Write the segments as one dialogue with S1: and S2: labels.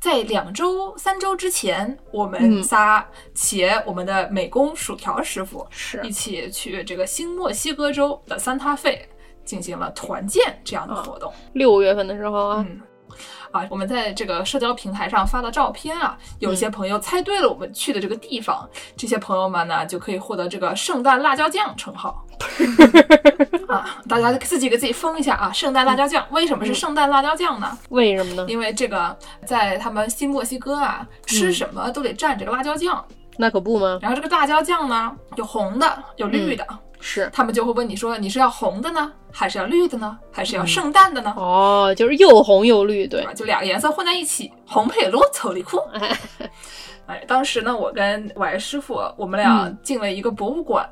S1: 在两周、三周之前，我们
S2: 嗯
S1: 仨且我们的美工薯条师傅
S2: 是
S1: 一起去这个新墨西哥州的三塔费进行了团建这
S2: 哦
S1: 样的活动。
S2: 六月份的时候啊，
S1: 嗯，啊，我们在这个社交平台上发的照片啊，有一些朋友猜对了我们去的这个地方，这些朋友们呢就可以获得这个“圣诞辣椒酱”称号。啊，大家自己给自己封一下啊！圣诞辣椒酱为什么是圣诞辣椒酱呢？
S2: 为什么呢？
S1: 因为这个在他们新墨西哥啊，吃什么都得蘸这个辣椒酱。
S2: 那可不吗？
S1: 然后这个辣椒酱呢，有红的，有绿的，
S2: 是
S1: 他们就会问你说你是要红的呢，还是要绿的呢，还是要圣诞的呢？
S2: 哦，就是又红又绿，对
S1: 对吧？，就俩个颜色混在一起，红配绿，丑里 裤。哎，当时呢，我跟歪师傅，我们俩
S2: 嗯
S1: 进了一个博物馆，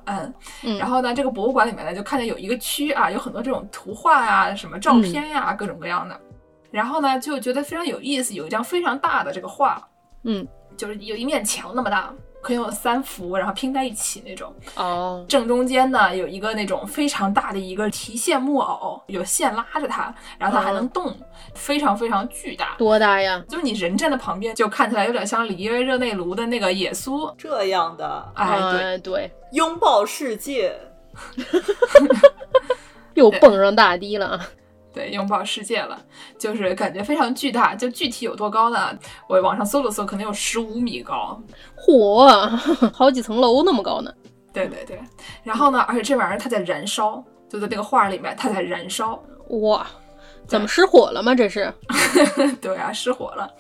S2: 嗯
S1: 然后呢，这个博物馆里面呢，就看见有一个区啊，有很多这种图画啊、什么照
S2: 嗯
S1: 片呀、各种各样的。然后呢，就觉得非常有意思，有一张非常大的这个画，
S2: 嗯，
S1: 就是有一面墙那么大，可以有三幅，然后拼在一起那种。
S2: 哦，
S1: 正中间呢有一个那种非常大的一个提线木偶，有线拉着它，然后它还
S2: 哦
S1: 能动，非常非常巨大。
S2: 多大呀？
S1: 就是你人站在旁边，就看起来有点像里约热内卢的那个耶稣。
S3: 这样的
S1: 哎，对，
S2: 哎对，
S3: 拥抱世界，
S2: 又
S1: 对
S2: 蹦上大堤了啊！
S1: 对，拥抱世界了，就是感觉非常巨大。就具体有多高呢？我网上搜了搜，可能有十五米高。
S2: 嚯， 好几层楼那么高呢！
S1: 对对对，然后呢，而且这玩意儿它在燃烧，就在那个画里面它在燃烧。
S2: 哇，怎么失火了吗？这是
S1: 对啊，失火了。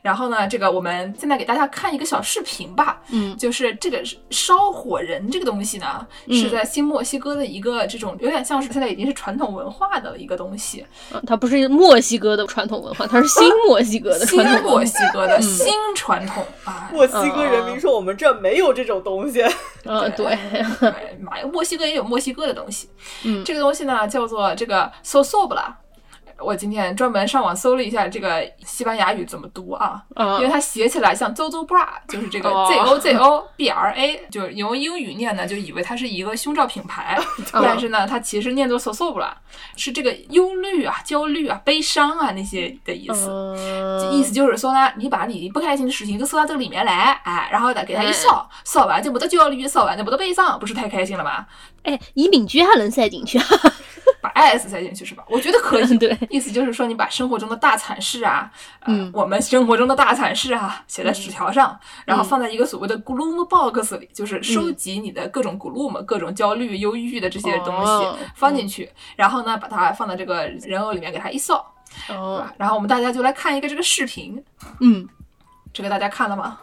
S1: 然后呢，这个我们现在给大家看一个小视频吧，
S2: 嗯
S1: 就是这个烧火人这个东西呢，
S2: 嗯
S1: 是在新墨西哥的一个这种有点像是现在已经是传统文化的一个东西，
S2: 啊它不是墨西哥的传统文化，它是新墨西哥的
S1: 新
S2: 传统嗯文
S1: 墨
S2: 化。
S1: 西哥的新传统啊，
S3: 墨西哥人民说我们这儿没有这种东西。
S2: 啊，对，
S1: 对妈呀，墨西哥也有墨西哥的东西，
S2: 嗯
S1: 这个东西呢叫做这个 sosobla。我今天专门上网搜了一下这个西班牙语怎么读啊，
S2: 啊
S1: 因为它写起来像 Zozo Bra，就是这个
S2: 哦
S1: Z O Z O B R A，就是用英语念呢，就以为它是一个胸罩品牌，
S2: 哦
S1: 但是呢，它其实念作 Soso Bra，是这个忧虑啊、焦虑啊、悲伤啊那些的意思。
S2: 嗯，
S1: 这意思就是说呢，你把你不开心的事情就说到这个里面来，哎，然后呢给它一烧，烧完就没得焦虑，烧完就没得悲伤，不是太开心了吗？
S2: 哎，移敏居还能塞进去啊？
S1: 把 S 塞进去是吧？我觉得可以。
S2: 对，
S1: 意思就是说，你把生活中的大惨事啊，呃
S2: 嗯
S1: 我们生活中的大惨事啊，写在纸条上，
S2: 嗯
S1: 然后放在一个所谓的 gloom box 里，就是收集你的各种 gloom、各种焦虑、忧郁的这些东西、
S2: 哦
S1: 放进去，然后呢，把它放到这个人偶里面给它一扫，对
S2: 哦
S1: 吧，？然后我们大家就来看一个这个视频，
S2: 嗯，
S1: 这个大家看了吗？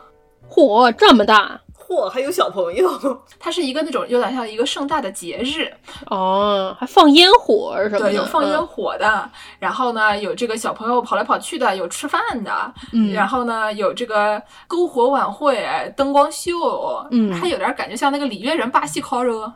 S2: 嚯，这么大
S3: 嚯，还有小朋 友，
S1: 它是一个那种有点像一个盛大的节日，
S2: 哦，还放烟火儿什么的，
S1: 对，有放烟
S2: 嗯，
S1: 火的，然后呢，有这个小朋友跑来跑去的，有吃饭的，
S2: 嗯
S1: 然后呢，有这个篝火晚会、灯光秀，
S2: 嗯
S1: 还有点感觉像那个里约人巴西烤肉。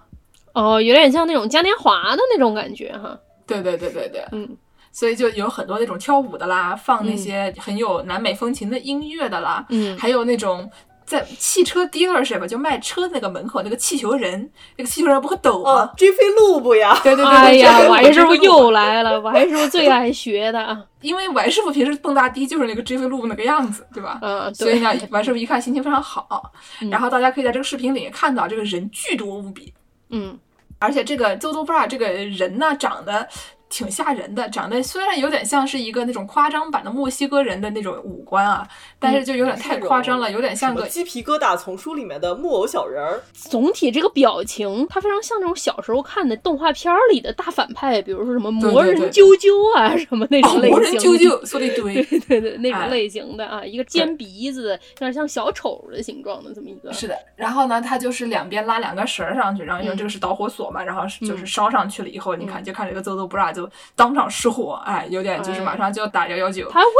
S2: 哦，有点像那种嘉年华的那种感觉哈，
S1: 对对对对对，
S2: 嗯
S1: 所以就有很多那种跳舞的啦，放那
S2: 嗯
S1: 些很有南美风情的音乐的啦，
S2: 嗯，
S1: 还有那种在汽车 dealership 就卖车那个门口那个汽球人，那个汽球人不会抖吗？
S3: 哦，GP 路不呀？
S1: 对对对对，
S2: 哎呀
S1: 这，个
S2: 王师傅
S1: 这个
S2: 又来了，王师傅最爱学的啊，
S1: 因为王师傅平时蹦大迪就是那个 GV Loop 那个样子，对吧？
S2: 嗯，
S1: 所以
S2: 对，
S1: 呢，完事儿一看心情非常好。
S2: 嗯
S1: 然后大家可以在这个视频里看到，这个人巨多无比，
S2: 嗯，
S1: 而且这个 Zozo Bra 这个人呢，长得挺吓人的，长得虽然有点像是一个那种夸张版的墨西哥人的那种五官啊，但是就有点太夸张了，有点像
S3: 什么
S1: 个。
S3: 鸡皮疙瘩丛书里面的木偶小人儿，
S2: 总体这个表情，它非常像那种小时候看的动画片儿里的大反派，比如说什么魔
S1: 对对
S2: 人
S1: 对
S2: 啾啾啊什么那种类
S1: 魔人
S2: 型的，
S1: 啾啾说的一堆，
S2: 对对对，那
S1: 哎
S2: 种类型的啊，一个尖鼻子，有点像小丑的形状的这么一个，
S1: 是的，然后呢，它就是两边拉两根绳儿上去，然后因为
S2: 嗯
S1: 这个是导火索嘛，然后是就是烧上去了以后，你看就看这个 Zozo Bra 就就当场失火，哎，有点就是
S2: 哎
S1: 马上就要打幺幺九。
S2: 它还会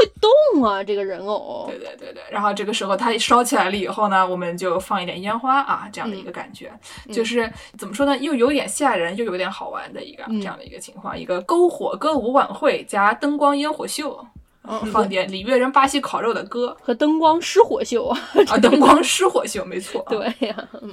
S2: 动啊，这个人偶
S1: 对。对对对，然后这个时候它烧起来了以后呢，我们就放一点烟花啊，这
S2: 嗯
S1: 样的一个感觉，就是怎么说呢，又有点吓人，又有点好玩的一个、
S2: 嗯
S1: 这样的一个情况，一个篝火歌舞晚会加灯光烟火秀，
S2: 嗯
S1: 放点里约人巴西烤肉的 歌
S2: 和灯光失火秀啊，
S1: 啊，灯光失火秀，没错、啊，
S2: 对呀、嗯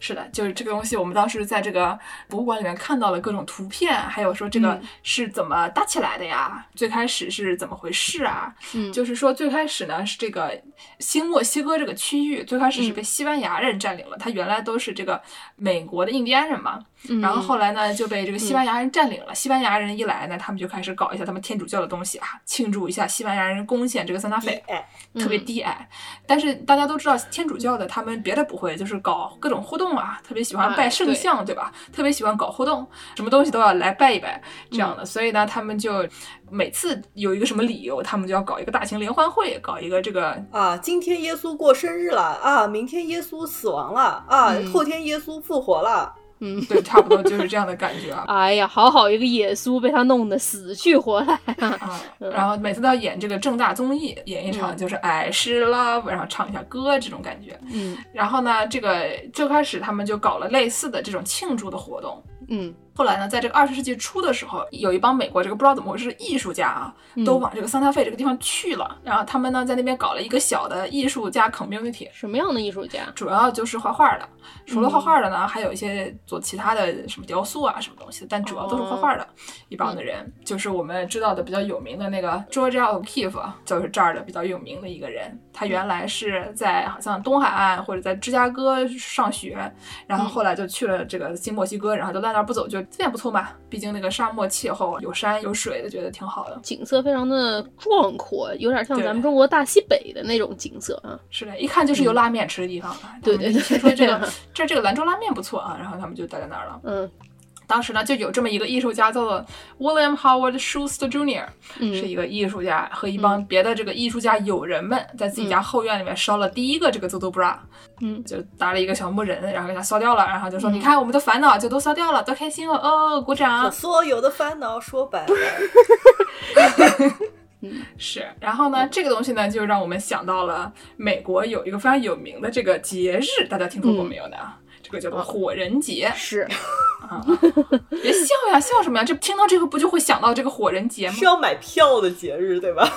S1: 是的，就是这个东西，我们当时在这个博物馆里面看到了各种图片，还有说这个
S2: 嗯
S1: 是怎么搭起来的呀？最开始是怎么回事啊？
S2: 嗯
S1: 就是说最开始呢是这个新墨西哥这个区域，最开
S2: 嗯
S1: 始是被西班牙人占领了，它原来都是这个美国的印第安人嘛，
S2: 嗯
S1: 然后后来呢就被这个西班牙人占领了。西班牙人一来呢，他们就开始搞一下他们天主教的东西啊，庆祝一下西班牙人攻陷这个桑达菲。
S3: 哎，
S1: 特别低矮。但是大家都知道，天主教的他们别的不会，就是搞各种活动啊，特别喜欢
S2: 哎
S1: 拜圣像，对吧？特别喜欢搞活动，什么东西都要来拜一拜这样的。所以呢，他们就每次有一个什么理由，他们就要搞一个大型联欢会，搞一个这个
S3: 啊，今天耶稣过生日了啊，明天耶稣死亡了啊，
S2: 嗯
S3: 后天耶稣复活了。
S2: 嗯，
S1: 对，差不多就是这样的感 觉啊。
S2: 哎呀，好好一个耶稣被他弄得死去活来啊！
S1: 嗯，然后每次都要演这个正大综艺，演一场就是 I s love，然后唱一下歌这种感觉。
S2: 嗯
S1: 然后呢，这个最开始他们就搞了类似的这种庆祝的活动，
S2: 嗯，
S1: 后来呢，在这个二十世纪初的时候，有一帮美国这个不知道怎么回事艺术家啊，
S2: 嗯
S1: 都往这个桑塔费这个地方去了。然后他们呢，在那边搞了一个小的艺术家 community，
S2: 什么样的艺术家？
S1: 主要就是画画的。除
S2: 嗯
S1: 了画画的呢，还有一些做其他的什么雕塑啊什么东西的，但主要都是画画的
S2: 嗯
S1: 一帮的人。就是我们知道的比较有名的那个 Georgia O'Keeffe，就是这儿的比较有名的一个人。他原来是在好像东海岸或者在芝加哥上学，然后后来就去了这个新墨西哥，然后就在那儿不走，就这也不错嘛。毕竟那个沙漠气候有山有水的，觉得挺好的。
S2: 景色非常的壮阔，有点像
S1: 对
S2: 咱们中国大西北的那种景色啊。
S1: 是的，一看就是有拉面吃的地方。啊
S2: 对对对
S1: 他们就听说这个 这儿这个兰州拉面不错啊，然后他们就待在那儿了。
S2: 嗯
S1: 当时呢，就有这么一个艺术家叫做 William Howard Schuster Jr.，、是
S2: 嗯
S1: 一个艺术家和一帮别的这个艺术家友人们，在自己家后院里面烧了第一个这个 Zozo Bra，
S2: 嗯，
S1: 就搭了一个小木人，然后给它烧掉了，然后就说：“
S2: 嗯
S1: 你看，我们的烦恼就都烧掉了，多开心哦！哦，鼓掌。”
S3: 所有的烦恼说 白了，
S1: 是，然后
S2: 嗯
S1: 呢，这个东西呢，就让我们想到了美国有一个非常有名的这个节日，大家听
S2: 嗯
S1: 说过没有呢？这个叫
S2: 哦
S1: 做火人节，
S2: 是，
S1: 啊，别笑呀，笑什么呀？这听到这个不就会想到这个火人节吗？
S3: 是要买票的节日对吧？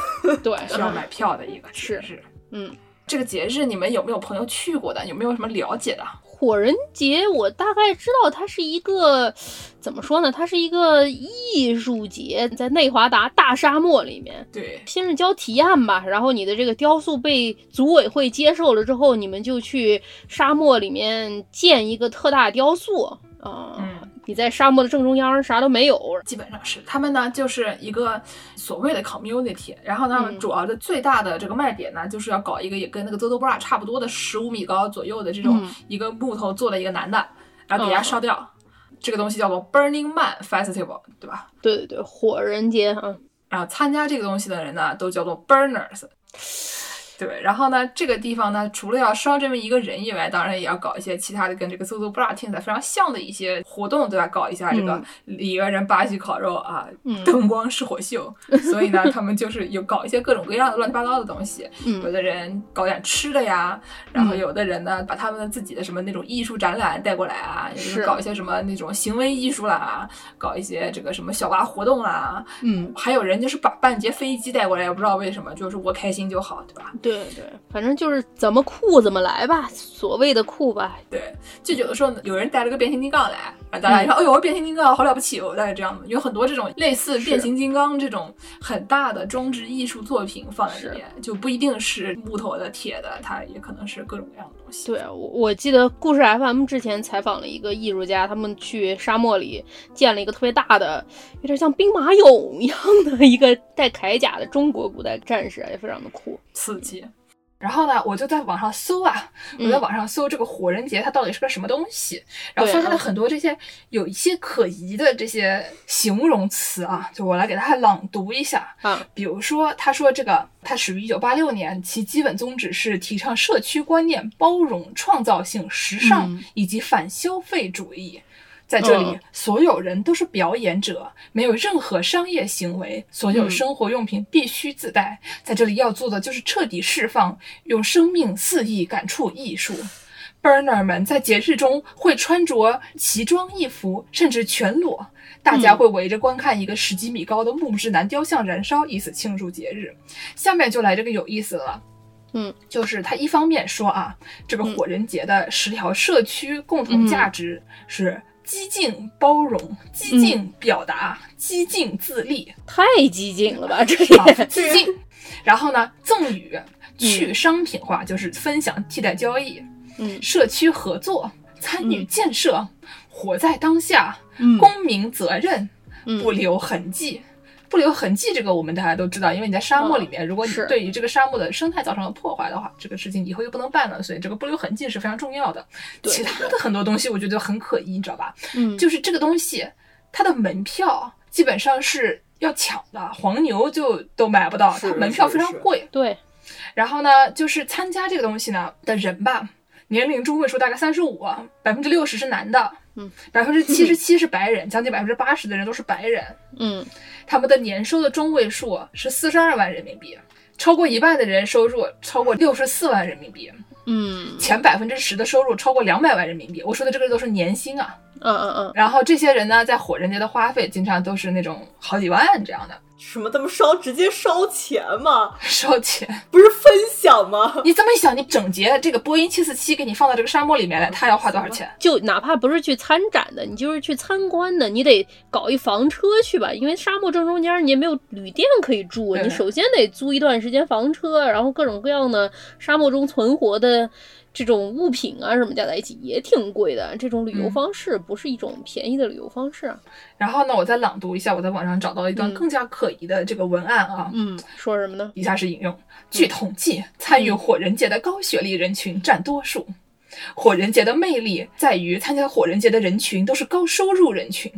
S2: 对，嗯
S1: 需要买票的一个节
S2: 是
S1: 日。
S2: 嗯，
S1: 这个节日你们有没有朋友去过的？有没有什么了解的？
S2: 火人节，我大概知道它是一个怎么说呢？它是一个艺术节，在内华达大沙漠里面。
S1: 对，
S2: 先是交提案吧，然后你的这个雕塑被组委会接受了之后，你们就去沙漠里面建一个特大雕塑啊、
S1: 嗯，
S2: 你在沙漠的正中央，啥都没有。
S1: 基本上是他们呢，就是一个所谓的 community，然后呢，
S2: 嗯
S1: 主要的最大的这个卖点呢，就是要搞一个也跟那个 Dodo Bra 差不多的十五米高左右的这种
S2: 嗯
S1: 一个木头做的一个男的，然后给它
S2: 嗯
S1: 烧掉。这个东西叫做 Burning Man Festival，对吧？
S2: 对对对，火人节啊，
S1: 然后参加这个东西的人呢，都叫做 burners。对，然后呢，这个地方呢，除了要烧这么一个人以外，当然也要搞一些其他的跟这个 Zozo Bra 听起来非常像的一些活动，对吧？搞一下这个
S2: 嗯
S1: 里约人巴西烤肉啊，
S2: 嗯
S1: 灯光是火 秀，所以呢，他们就是有搞一些各种各样的乱七八糟的东西。有
S2: 嗯
S1: 的人搞点吃的呀，然后
S2: 嗯
S1: 有的人呢，把他们的自己的什么那种艺术展览带过来啊，有的
S2: 是
S1: 人搞一些什么那种行为艺术啦，搞一些这个什么小娃活动啦，
S2: 嗯，
S1: 还有人就是把半截飞机带过来，也不知道为什么，就是我开心就好，对吧？
S2: 对对，反正就是怎么酷怎么来吧，所谓的酷吧，
S1: 对，就有的时候有人带了个变形金刚来，然后大
S2: 嗯
S1: 家一看，哎呦，变形金刚好了不起哦，大概这样的。有很多这种类似变形金刚这种很大的装置艺术作品放在里面，就不一定是木头的、铁的，它也可能是各种各样的东西。
S2: 对，啊我我记得故事 FM 之前采访了一个艺术家，他们去沙漠里建了一个特别大的，有点像兵马俑一样的一个带铠甲的中国古代战士，也非常的酷。
S1: 刺激。然后呢，我就在网上搜啊，我在
S2: 嗯
S1: 网上搜这个火人节它到底是个什么东西，然后
S2: 对
S1: 发现了
S2: 嗯
S1: 很多这些有一些可疑的这些形容词啊，就我来给大家朗读一下。
S2: 啊，
S1: 比如说，他说这个它始于一九八六年，其基本宗旨是提倡社区观念、包容、创造性、时尚
S2: 嗯
S1: 以及反消费主义。在这里
S2: 嗯，
S1: 所有人都是表演者，没有任何商业行为，所有
S2: 嗯
S1: 生活用品必须自带。在这里要做的就是彻底释放，用生命肆意感触艺术。Burner 们在节日中会穿着奇装异服，甚至全裸。大家
S2: 嗯
S1: 会围着观看一个十几米高的木质男雕像燃烧，以此庆祝节日。下面就来这个有意思的了。
S2: 嗯，
S1: 就是他一方面说啊，这个火人节的十条社区共同价值是激进包容、激进表达、
S2: 嗯
S1: 激进自立、
S2: 太激进了吧，这也
S1: 啊，激进。然后呢，赠与、
S2: 嗯
S1: 去商品化，就是分享、替代交易、
S2: 嗯
S1: 社区合作、参与
S2: 嗯
S1: 建设、活在当下、
S2: 嗯
S1: 公民责任、
S2: 嗯
S1: 不留痕迹。不留痕迹，这个我们大家都知道，因为你在沙漠里面，如果你
S2: 嗯是
S1: 对于这个沙漠的生态造成了破坏的话，这个事情以后又不能办了，所以这个不留痕迹是非常重要的。
S2: 对
S1: 其他的很多东西，我觉得很可疑，你知道吧？
S2: 嗯
S1: 就是这个东西，它的门票基本上是要抢的，黄牛就都买不到，
S3: 是
S1: 它门票非常
S3: 是是
S1: 贵。
S2: 对，
S1: 然后呢，就是参加这个东西呢的人吧，年龄中位数大概三十五，百分之六十是男的，
S2: 嗯，
S1: 百分之七十七是白人，将近百分之八十的人都是白人，
S2: 嗯
S1: 他们的年收的中位数是四十二万人民币。超过一半的人收入超过六十四万人民币，
S2: 嗯
S1: 前百分之十的收入超过两百万人民币。我说的这个都是年薪啊。
S2: 嗯嗯
S1: 然后这些人呢，在火人节的花费经常都是那种好几万这样的
S3: 什么？他们烧直接烧钱吗？
S1: 烧钱。
S3: 不是分享吗？
S1: 你这么一想，你整节这个波音七四七给你放到这个沙漠里面来，他要花多少钱？
S2: 就哪怕不是去参展的，你就是去参观的，你得搞一房车去吧，因为沙漠正中间儿你也没有旅店可以住，
S1: 对
S2: 你首先得租一段时间房车，然后各种各样的沙漠中存活的这种物品啊什么加在一起也挺贵的，这种旅游
S1: 嗯
S2: 方式不是一种便宜的旅游方式啊。
S1: 然后呢，我再朗读一下我在网上找到一段
S2: 嗯
S1: 更加可疑的这个文案啊。
S2: 嗯，说什么呢？
S1: 以下是引用：据统计，参与火人节的高学历人群占多数。火人节的魅力在于，参加火人节的人群都是高收入人群。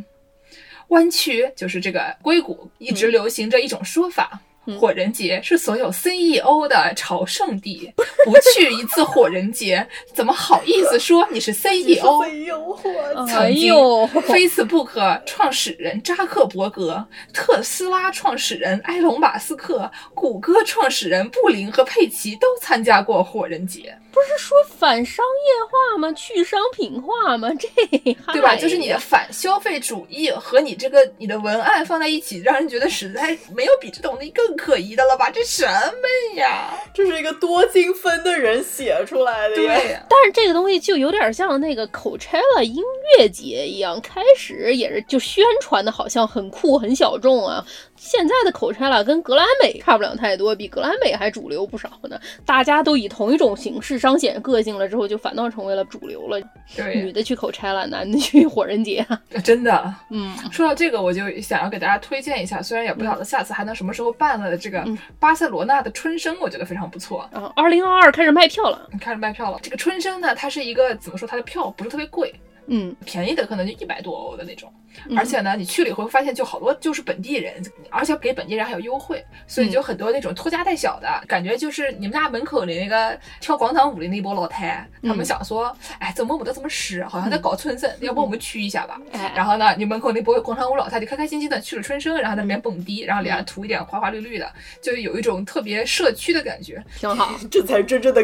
S1: 湾区就是这个硅谷一直流行着一种说法。
S2: 嗯
S1: 火人节是所有 CEO 的朝圣地，不去一次火人节，怎么好意思说你是 E CEO？
S3: 哎呦，我
S2: 哎
S1: 曾经
S2: 呦，
S1: Facebook 创始人扎克伯格、特斯拉创始人埃隆·马斯克、谷歌创始人布林和佩奇都参加过火人节，
S2: 说反商业化吗？去商品化吗？ 这
S1: 对吧？
S2: 嗨
S1: 就是你的反消费主义和你这个你的文案放在一起，让人觉得实在没有比这种东西更可疑的了吧？这什么呀？
S3: 这是一个多精分的人写出来的呀。
S1: 对呀，
S2: 但是这个东西就有点像那个 Coachella 音乐节一样，开始也是就宣传的好像很酷很小众啊。现在的 Coachella 跟格莱美差不了太多，比格莱美还主流不少呢。大家都以同一种形式彰显个性了之后，就反倒成为了主流了。女
S1: 对，
S2: 的去 Coachella，男的去火人 节。
S1: 真的。
S2: 嗯
S1: 说到这个，我就想要给大家推荐一下，虽然也不晓得下次还能什么时候办了，这个
S2: 嗯
S1: 巴塞罗那的春生，我觉得非常不错。
S2: 啊，二零二二开始卖票了。
S1: 开始卖票了。这个春生呢，它是一个怎么说，它的票不是特别贵，
S2: 嗯
S1: 便宜的可能就一百多欧的那种。
S2: 嗯
S1: 而且呢，你去了以后发现，就好多就是本地人，而且给本地人还有优惠，
S2: 嗯
S1: 所以就很多那种拖家带小的、感觉，就是你们家门口里那个跳广场舞的那波老太，他们
S2: 嗯
S1: 想说，哎，怎么我们都这么湿，好像在搞春盛，要不我们去一下吧。
S2: 哎，
S1: 然后呢，你门口那波广场舞老太就开开心心的去了春生，然后在那边蹦迪，然后
S2: 嗯
S1: 脸上涂一点花花绿绿的，就有一种特别社区的感觉。
S2: 挺好。
S3: 这才是真正的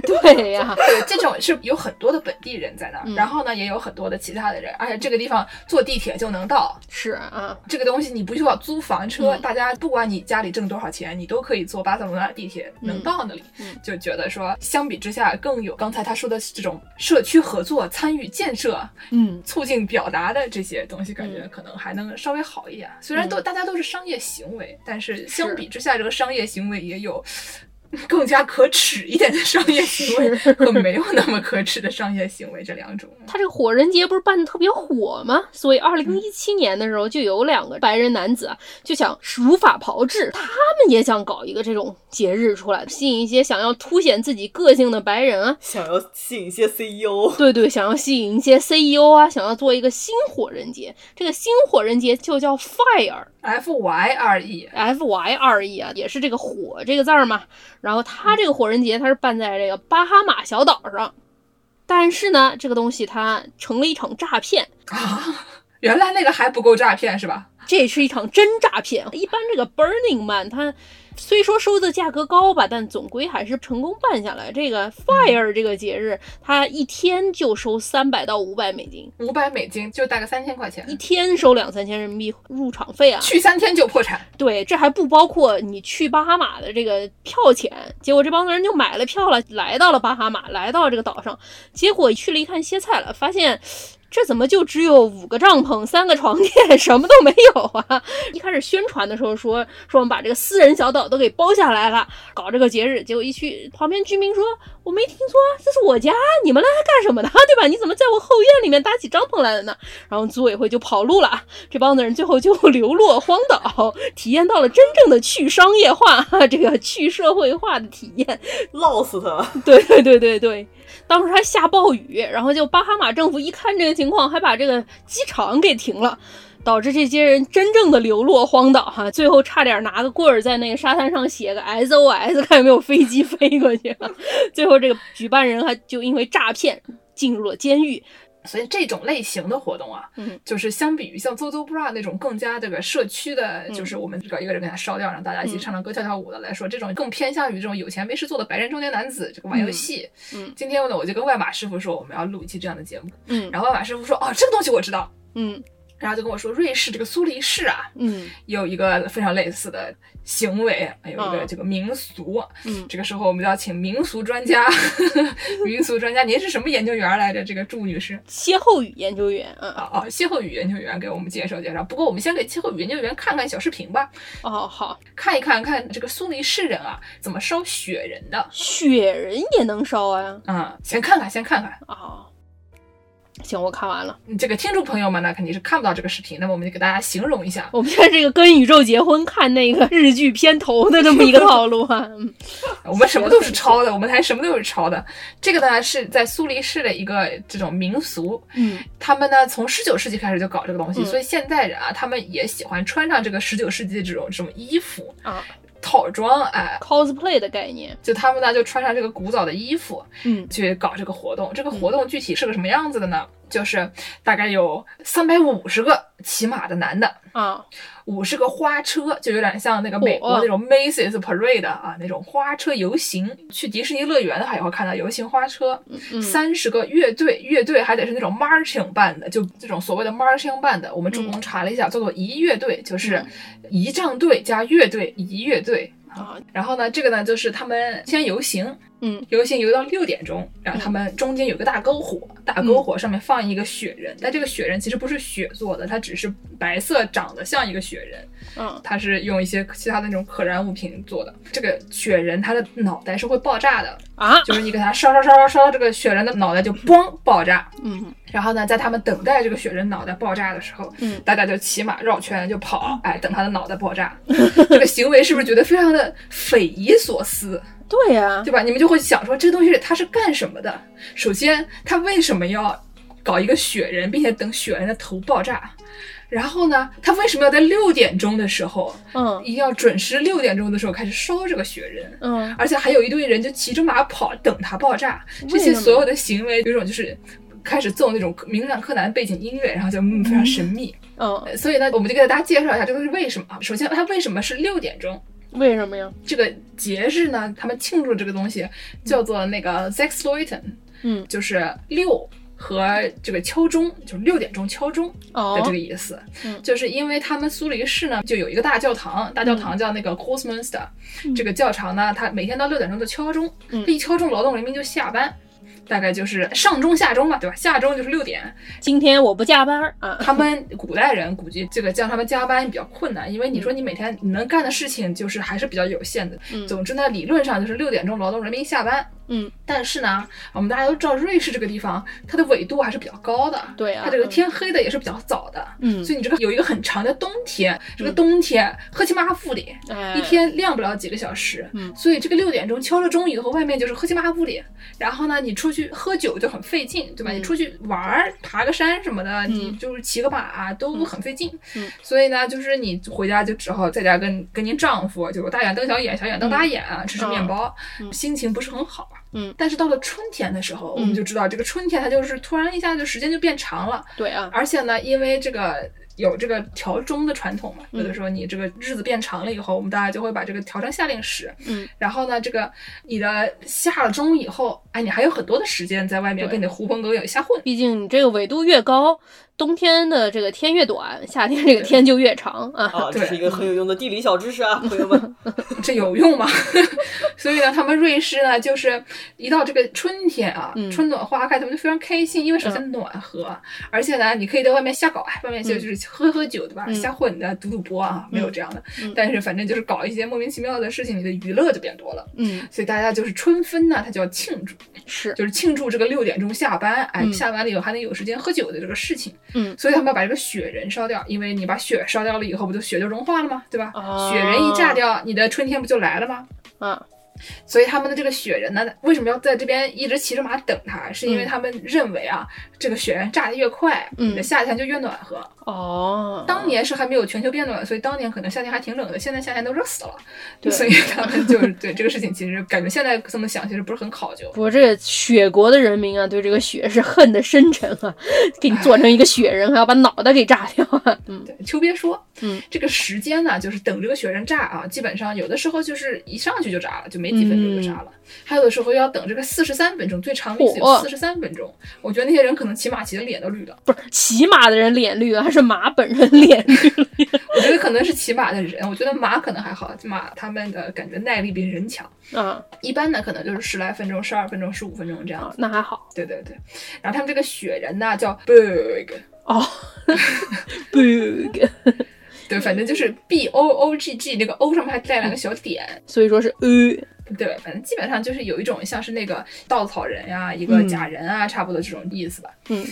S2: 对呀、
S1: 对，这种是有很多的本地人在那儿，
S2: 嗯
S1: 然后呢也有很多的其他的人，而且这个地方坐地铁就能到。
S2: 是啊，
S1: 这个东西你不需要租房车，
S2: 嗯
S1: 大家不管你家里挣多少钱，你都可以坐巴塞罗那地铁能到那里。
S2: 嗯
S1: 就觉得说，相比之下更有刚才他说的这种社区合作、参与建设、
S2: 嗯。
S1: 促进表达的这些东西，感觉
S2: 嗯
S1: 可能还能稍微好一点。虽然都大家都是商业行为，但是相
S2: 是
S1: 比之下，这个商业行为也有 更加可耻一点的商业行为和没有那么可耻的商业行为这两种。
S2: 他这个火人节不是办的特别火吗？所以二零一七年的时候，就有两个白人男子啊，就想如法炮制，他们也想搞一个这种节日出来，吸引一些想要凸显自己个性的白人啊，
S3: 想要吸引一些 E CEO，
S2: 对对，想要吸引一些 CEO 啊，想要做一个新火人节。这个新火人节就叫 Fire。
S1: F Y R E，
S2: F Y R E 啊，也是这个火这个字儿嘛。然后他这个火人节，他是办在这个巴哈马小岛上，但是呢，这个东西它成了一场诈骗，
S1: 啊，原来那个还不够诈骗是吧？
S2: 这是一场真诈骗。一般这个 Burning Man 它虽说收的价格高吧，但总归还是成功办下来。这个 Fire 这个节日，它一天就收三百到五百美金，
S1: 五百美金就大概三千块钱
S2: 一，天收两三千人民币入场费啊。
S1: 去三天就破产。
S2: 对，这还不包括你去巴哈马的这个票钱。结果这帮人就买了票了，来到了巴哈马，来到了这个岛上，结果去了一看歇菜了，发现。这怎么就只有五个帐篷、三个床垫， 什么都没有啊？一开始宣传的时候说说我们把这个私人小岛都给包下来了，搞这个节日。结果一去，旁边居民说我没听说，这是我家，你们来干什么的？ 对吧？你怎么在我后院里面搭起帐篷来了呢？然后组委会就跑路了，这帮子人最后就流落荒岛，体验到了真正的去商业化、这个去社会化的体验。
S3: 唠 死他！
S2: 对对对对对，当时还下暴雨，然后就巴哈马政府一看这个情况，还把这个机场给停了。导致这些人真正的流落荒岛哈、最后差点拿个棍儿在那个沙滩上写个 SOS，看有没有飞机飞过去、最后这个举办人还就因为诈骗进入了监狱。
S1: 所以这种类型的活动啊，
S2: 嗯
S1: 就是相比于像 Zozo Bra 那种更加这个社区的，
S2: 嗯
S1: 就是我们搞一个人给他烧掉，让大家一起唱唱歌、跳跳舞的来说，这种更偏向于这种有钱没事做的白人中年男子这个玩游戏。
S2: 嗯嗯
S1: 今天呢，我就跟外码师傅说我们要录一期这样的节目，
S2: 嗯
S1: 然后外码师傅说哦，这个东西我知道，
S2: 嗯
S1: 然后就跟我说瑞士这个苏黎世啊，
S2: 嗯
S1: 有一个非常类似的行为，有一个
S2: 嗯
S1: 这个民俗。
S2: 嗯，
S1: 这个时候我们就要请民俗专家， 民俗专家，您是什么研究员来着？这个祝女士
S2: 歇后语研究员，嗯
S1: 啊啊，歇后语研究员给我们介绍介绍。不过我们先给歇后语研究员看看小视频吧，
S2: 哦好，
S1: 看一看看这个苏黎世人啊怎么烧雪人的。
S2: 雪人也能烧啊
S1: 嗯，先看看，先看看。
S2: 哦，行，我看完了。
S1: 嗯这个听众朋友们呢，肯定是看不到这个视频，那么我们就给大家形容一下。
S2: 我们现在这个跟宇宙结婚看那个日剧片头的这么一个套路 啊，嗯
S1: 我们什么都是抄的，我们还什么都是抄的。这个呢是在苏黎世的一个这种民俗，
S2: 嗯
S1: 他们呢从十九世纪开始就搞这个东西，
S2: 嗯
S1: 所以现代人啊，他们也喜欢穿上这个十九世纪的这种这种衣服
S2: 啊
S1: 套装，哎，
S2: ，cosplay 的概念，
S1: 就他们呢就穿上这个古早的衣服
S2: 嗯
S1: 去搞这个活动。这个活动具体是个什么样子的呢？就是大概有三百五十个骑马的男的。
S2: 啊，
S1: 五十个花车，就有点像那个美
S2: 哦
S1: 国那种 Macy's Parade 啊，那种花车游行。去迪士尼乐园的话也会看到游行花车。
S2: 嗯
S1: 三十个乐队，乐队还得是那种 marching band 的，就这种所谓的 marching band，我们
S2: 嗯
S1: 主动查了一下，叫做仪乐队，就是仪仗队加乐队，仪乐队。
S2: 啊，
S1: 然后呢，这个呢就是他们先游行，
S2: 嗯
S1: 游行游到六点钟，然后他们中间有个大篝火，大篝
S2: 嗯
S1: 火上面放一个雪人，但这个雪人其实不是雪做的，它只是白色，长得像一个雪人，
S2: 嗯
S1: 它是用一些其他的那种可燃物品做的。这个雪人它的脑袋是会爆炸的，
S2: 啊，
S1: 就是你给它烧烧烧烧烧，这个雪人的脑袋就嘣爆炸。
S2: 嗯
S1: 然后呢，在他们等待这个雪人脑袋爆炸的时候，
S2: 嗯
S1: 大家就骑马绕圈就跑，哎，等他的脑袋爆炸。 这个行为是不是觉得非常的匪夷所思，
S2: 对呀、
S1: 对吧？你们就会想说，这个东西它是干什么的？首先，它为什么要搞一个雪人，并且等雪人的头爆炸？然后呢，它为什么要在六点钟的时候，
S2: 嗯
S1: 一定要准时六点钟的时候开始烧这个雪人？
S2: 嗯，
S1: 而且还有一堆人就骑着马跑，等它爆炸。这些
S2: 为什么
S1: 所有的行为，有一种就是开始奏那种名侦探柯南背景音乐，然后就嗯非常神秘。
S2: 嗯，
S1: 呃所以呢，我们就给大家介绍一下这个是为什么啊。首先，它为什么是六点钟？
S2: 为什么呀？
S1: 这个节日呢，他们庆祝这个东西叫做那个 Sexloiten，
S2: 嗯
S1: 就是六和这个敲钟，就是六点钟敲钟。
S2: 哦
S1: 的这个意思，
S2: 嗯
S1: 就是因为他们苏黎世呢就有一个大教堂，大教
S2: 嗯
S1: 堂叫那个 Cosminster，、这个教堂呢，它每天到六点钟就敲钟，
S2: 嗯
S1: 它一敲钟，劳动人民就下班。大概就是上钟下钟嘛，对吧？下钟就是六点。
S2: 今天我不加班儿啊，
S1: 他们古代人估计这个叫他们加班比较困难，因为你说你每天你能干的事情就是还是比较有限的。
S2: 嗯
S1: 总之呢，理论上就是六点钟劳动人民下班。
S2: 嗯，
S1: 但是呢，我们大家都知道瑞士这个地方它的纬度还是比较高的，
S2: 对啊，
S1: 它这个天黑的也是比较早的。
S2: 嗯，
S1: 所以你这个有一个很长的冬天，这个
S2: 嗯
S1: 冬天赫奇马哈布里
S2: 哎
S1: 一天亮不了几个小时，
S2: 嗯
S1: 所以这个六点钟敲了钟以后，外面就是赫奇马哈布里，然后呢，你出去喝酒就很费劲，对吧？
S2: 嗯
S1: 你出去玩儿、爬个山什么的，你就是骑个马、啊都很费劲，
S2: 嗯
S1: 所以呢，就是你回家就只好在家跟跟您丈夫，就是大眼瞪小眼，小眼瞪大眼啊，吃吃面包，
S2: 嗯
S1: 心情不是很好。啊
S2: 嗯，
S1: 但是到了春天的时候，我们就知道这个春天它就是突然一下就时间就变长了，
S2: 对啊，
S1: 而且呢，因为这个有这个调钟的传统嘛，
S2: 嗯
S1: 有的时候你这个日子变长了以后，我们大家就会把这个调成夏令时。
S2: 嗯，
S1: 然后呢，这个你的下了钟以后，哎，你还有很多的时间在外面
S2: 对
S1: 跟你的狐朋狗友瞎混。
S2: 毕竟你这个纬度越高，冬天的这个天越短，夏天这个天就越长啊。
S3: 啊，这是
S1: 对嗯
S3: 一个很有用的地理小知识啊，朋友们。
S1: 这有用吗？ 所以呢，他们瑞士呢，就是一到这个春天啊，
S2: 嗯
S1: 春暖花开，他们就非常开心，因为首先暖和，而且呢，你可以在外面瞎搞，哎，外面就
S2: 嗯
S1: 就是喝喝酒，对吧？
S2: 嗯
S1: 瞎混的，赌赌博啊，没有这样的，
S2: 嗯
S1: 但是反正就是搞一些莫名其妙的事情，你的娱乐就变多了。
S2: 嗯，
S1: 所以大家就是春分呢，他就要庆祝，
S2: 是，
S1: 就是庆祝这个六点钟下班，哎，
S2: 嗯
S1: 下班了以后还能有时间喝酒的这个事情。
S2: 嗯
S1: 所以他们要把这个雪人烧掉，因为你把雪烧掉了以后，不就雪就融化了吗？对吧？
S2: 哦
S1: 雪人一炸掉，你的春天不就来了吗？
S2: 啊，
S1: 所以他们的这个雪人呢，为什么要在这边一直骑着马等它？是因为他们认为啊，这个雪人炸得越快，
S2: 嗯
S1: 你的夏天就越暖和。
S2: 哦，
S1: 当年是还没有全球变暖，所以当年可能夏天还挺冷的，现在夏天都热死了。
S2: 对
S1: 所以他们就是对这个事情，其实感觉现在这么想，其实不是很考究。
S2: 不过这雪国的人民啊，对这个雪是恨得深沉啊，给你做成一个雪人，还要把脑袋给炸掉啊。嗯
S1: 对，秋别说，
S2: 嗯，
S1: 这个时间呢，就是等这个雪人炸啊，基本上有的时候就是一上去就炸了，就没几分钟就炸了，
S2: 嗯
S1: 还有的时候要等这个四十三分钟，最长的一次有
S2: 嚯
S1: 四十三分钟。我觉得那些人可能骑马骑的脸都绿了，
S2: 不是骑马的人脸绿啊，是马本人脸绿了。
S1: 我觉得可能是骑马的人，我觉得马可能还好，马他们的感觉耐力比人强。
S2: 啊
S1: 一般呢，可能就是十来分钟、十二分钟、十五分钟这样
S2: 啊
S1: 子。，
S2: 那还好
S1: 对对对，然后他们这个雪人呢叫 bug，
S2: 哦。bug，
S1: 对，反正就是 b o o g g，那个 o 上面还带两个小点，
S2: 所以说是呃，
S1: 对，反正基本上就是有一种像是那个稻草人呀、一个假人啊，差不多这种意思吧。
S2: 嗯，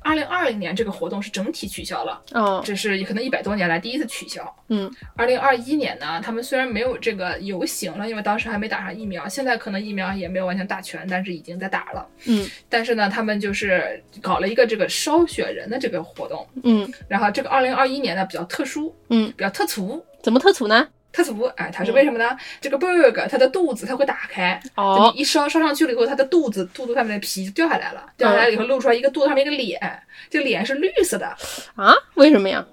S1: 二零二零年这个活动是整体取消了，
S2: 哦，
S1: 这是可能一百多年来第一次取消。
S2: 嗯，
S1: 二零二一年呢，他们虽然没有这个游行了，因为当时还没打上疫苗，现在可能疫苗也没有完全打全，但是已经在打了。
S2: 嗯
S1: 但是呢，他们就是搞了一个这个烧雪人的这个活动，
S2: 嗯
S1: 然后这个二零二一年呢比较特殊，
S2: 嗯，
S1: 比较特俗。
S2: 怎么特土呢？
S1: 特殊，哎，它是为什么呢？这个 bug 它的肚子它会打开，就
S2: 哦
S1: 你一烧烧上去了以后，它的肚子肚子上面的皮就掉下来
S2: 嗯
S1: 了，掉下来以后露出来一个肚子上面一个脸，这个脸是绿色的，
S2: 啊，为什么呀？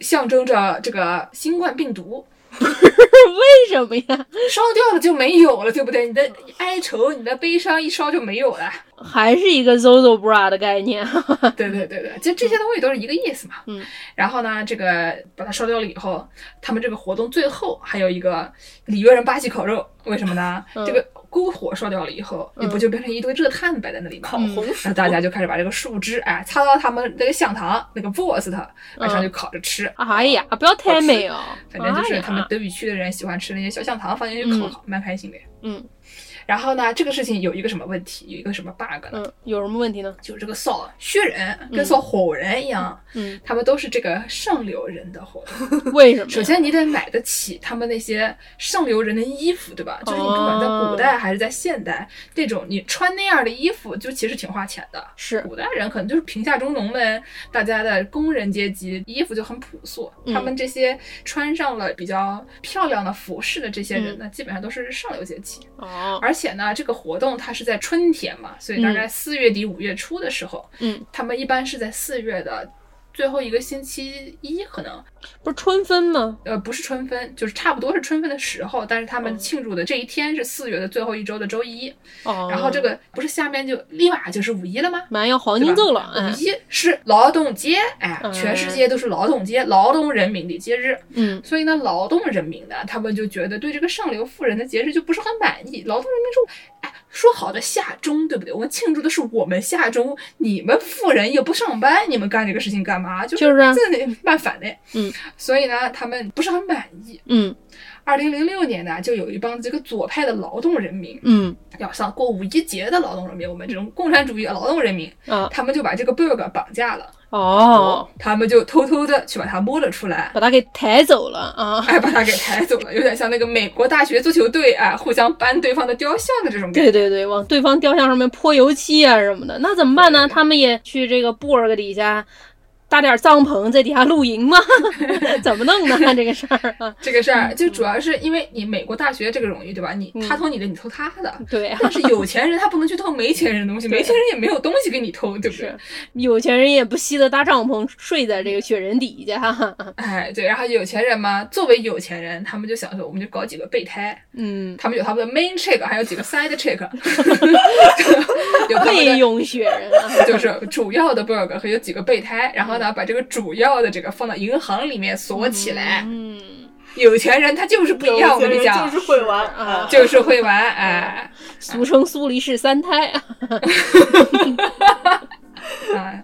S1: 象征着这个新冠病毒。
S2: 为什么呀？
S1: 烧掉了就没有了，对不对？你的哀愁、你的悲伤一烧就没有了。
S2: 还是一个 Zozo bra 的概念。啊
S1: 对对对对，其实这些东西都是一个意思嘛。
S2: 嗯。
S1: 然后呢，这个把它烧掉了以后，他们这个活动最后还有一个里约人巴西烤肉，为什么呢？
S2: 嗯
S1: 这个篝火烧掉了以后，你不就变成一堆热炭摆在那里吗？
S3: 烤红薯
S1: 那，啊大家就开始把这个树枝，哎，插到他们那个香肠那个 boss 它晚上
S2: 嗯
S1: 就烤着吃。
S2: 哎呀，不要太美哦，
S1: 反正就
S2: 哎
S1: 是
S2: 呀
S1: 他们德语区的人喜欢吃那些小香肠，放进去烤烤，蛮开心的。
S2: 嗯
S1: 然后呢，这个事情有一个什么问题，有一个什么 bug 呢？
S2: 嗯，有什么问题呢？
S1: 就是这个扫薛人跟扫火人一样，
S2: 嗯，
S1: 他们都是这个上流人的活动。
S2: 为什么呀？
S1: 首先，你得买得起他们那些上流人的衣服，对吧？就是你不管在古代还是在现代，那种你穿那样的衣服，就其实挺花钱的。
S2: 是
S1: 古代人可能就是贫下中农们，大家的工人阶级衣服就很朴素。
S2: 嗯
S1: 他们这些穿上了比较漂亮的服饰的这些人呢，基本上都是上流阶级。
S2: 哦，
S1: 而且呢，这个活动它是在春天嘛，所以大概四月底五月初的时候，
S2: 嗯，
S1: 他们一般是在四月的。最后一个星期一可能，
S2: 不是春分吗？
S1: 呃，不是春分，就是差不多是春分的时候，但是他们庆祝的这一天是四月的最后一周的周一，
S2: 哦，
S1: 然后这个不是下面就立马就是五一了吗？
S2: 马上要黄
S1: 对
S2: 金
S1: 吧
S2: 周了，
S1: 五
S2: 哎，
S1: 一是劳动节，哎，
S2: 嗯
S1: 全世界都是劳动节，劳动人民的节日。
S2: 嗯，
S1: 所以呢，劳动人民呢，他们就觉得对这个上流富人的节日就不是很满意。劳动人民说，哎，说好的下中，对不对？我们庆祝的是我们下中，你们富人也不上班，你们干这个事情干 嘛？就
S2: 就是啊
S1: 这里办反的。
S2: 嗯，
S1: 所以呢，他们不是很满意。
S2: 嗯
S1: 二零零六年呢，就有一帮这个左派的劳动人民，
S2: 嗯
S1: 要像过五一节的劳动人民，我们这种共产主义劳动人民，
S2: 啊，
S1: 他们就把这个 bug 绑架了，
S2: 哦，
S1: 他们就偷偷的去把它摸了出来，
S2: 把他给抬走了啊，
S1: 哎，把它给抬走了，有点像那个美国大学足球队啊，互相搬对方的雕像的这种感
S2: 对
S1: 觉。
S2: 对对，往对方雕像上面泼油漆啊什么的，那怎么办呢？他们也去这个布尔格底下。搭点帐篷在底下露营 吗？怎么弄 呢？这个事儿啊，
S1: 这个事儿就主要是因为你美国大学这个荣誉，对吧？
S2: 嗯
S1: 你他偷你的，你偷他的。
S2: 对啊，
S1: 但是有钱人他不能去偷没钱 人的东西，没钱人也没有东西给你偷，对不对
S2: 是？有钱人也不惜得搭帐篷睡在这个雪人底下。啊
S1: 哎，对，然后有钱人嘛，作为有钱人，他们就想说，我们就搞几个备胎，
S2: 嗯，
S1: 他们有他们的 main chick，还有 几个 side chick，有他们
S2: 备
S1: 的。
S2: 用雪人啊，
S1: 就是主要的 bug 和有几个备胎，然后呢，把这个主要的这个放到银行里面锁起来。
S2: 嗯。
S1: 有钱人他就是不一样，我跟你讲，
S3: 就是会玩
S2: 啊
S3: 啊，
S1: 就是会玩，哎，
S2: 俗称苏黎世三胎啊，
S1: 啊，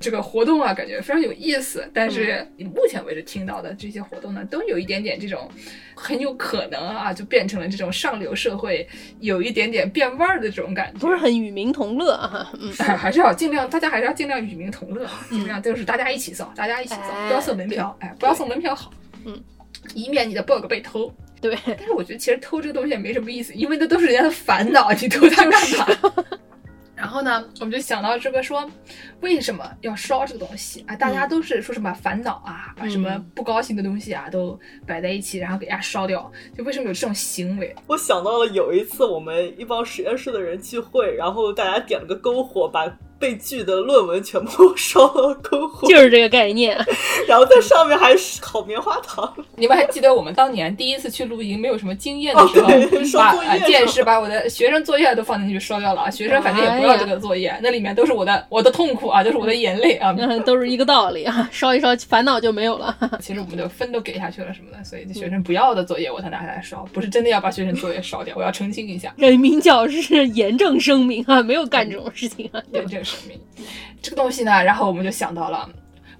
S1: 这个活动啊，感觉非常有意思。但是
S2: 嗯
S1: 目前为止听到的这些活动呢，都有一点点这种，很有可能啊，就变成了这种上流社会有一点点变味儿的这种感觉。
S2: 不是很与民同乐啊。 嗯，
S1: 哎还是要尽量，大家还是要尽量与民同乐，尽量就是大家一起送，大家一起送，
S2: 哎
S1: 不要送门票，哎，不要送门票好，
S2: 嗯，
S1: 以免你的 bug 被偷。
S2: 对，
S1: 但是我觉得其实偷这个东西也没什么意思，因为那都是人家的烦 恼，你偷它干嘛？ 然后呢，我们就想到这个说，为什么要烧这个东西啊？大家都是说什么烦恼啊，把什么
S2: 嗯
S1: 不高兴的东西啊都摆在一起，然后给大家烧掉，就为什么有这种行为？
S3: 我想到了有一次我们一帮实验室的人聚会，然后大家点了个篝火，把被拒的论文全部烧到篝火，
S2: 就是这个概念。
S3: 然后在上面还烤棉花糖。
S1: 你们还记得我们当年第一次去露营没有什么经验的时候，
S3: 哦 对收
S1: 把
S3: 作业
S1: 啊
S3: 是吧
S1: 见识把我的学生作业都放进去烧掉了啊！学生反正也不知
S2: 哎
S1: 道
S2: 呀
S1: 这个作业，那里面都是我的我的痛苦啊，都是我的眼泪啊。
S2: 嗯，都是一个道理啊，烧一烧，烦恼就没有了。
S1: 其实我们的分都给下去了什么的，所以这
S2: 嗯
S1: 学生不要的作业我才拿下来烧，不是真的要把学生作业烧掉，我要澄清一下，
S2: 人民教师严正声明啊，没有干这种事情啊。
S1: 严正声明。这个东西呢，然后我们就想到了。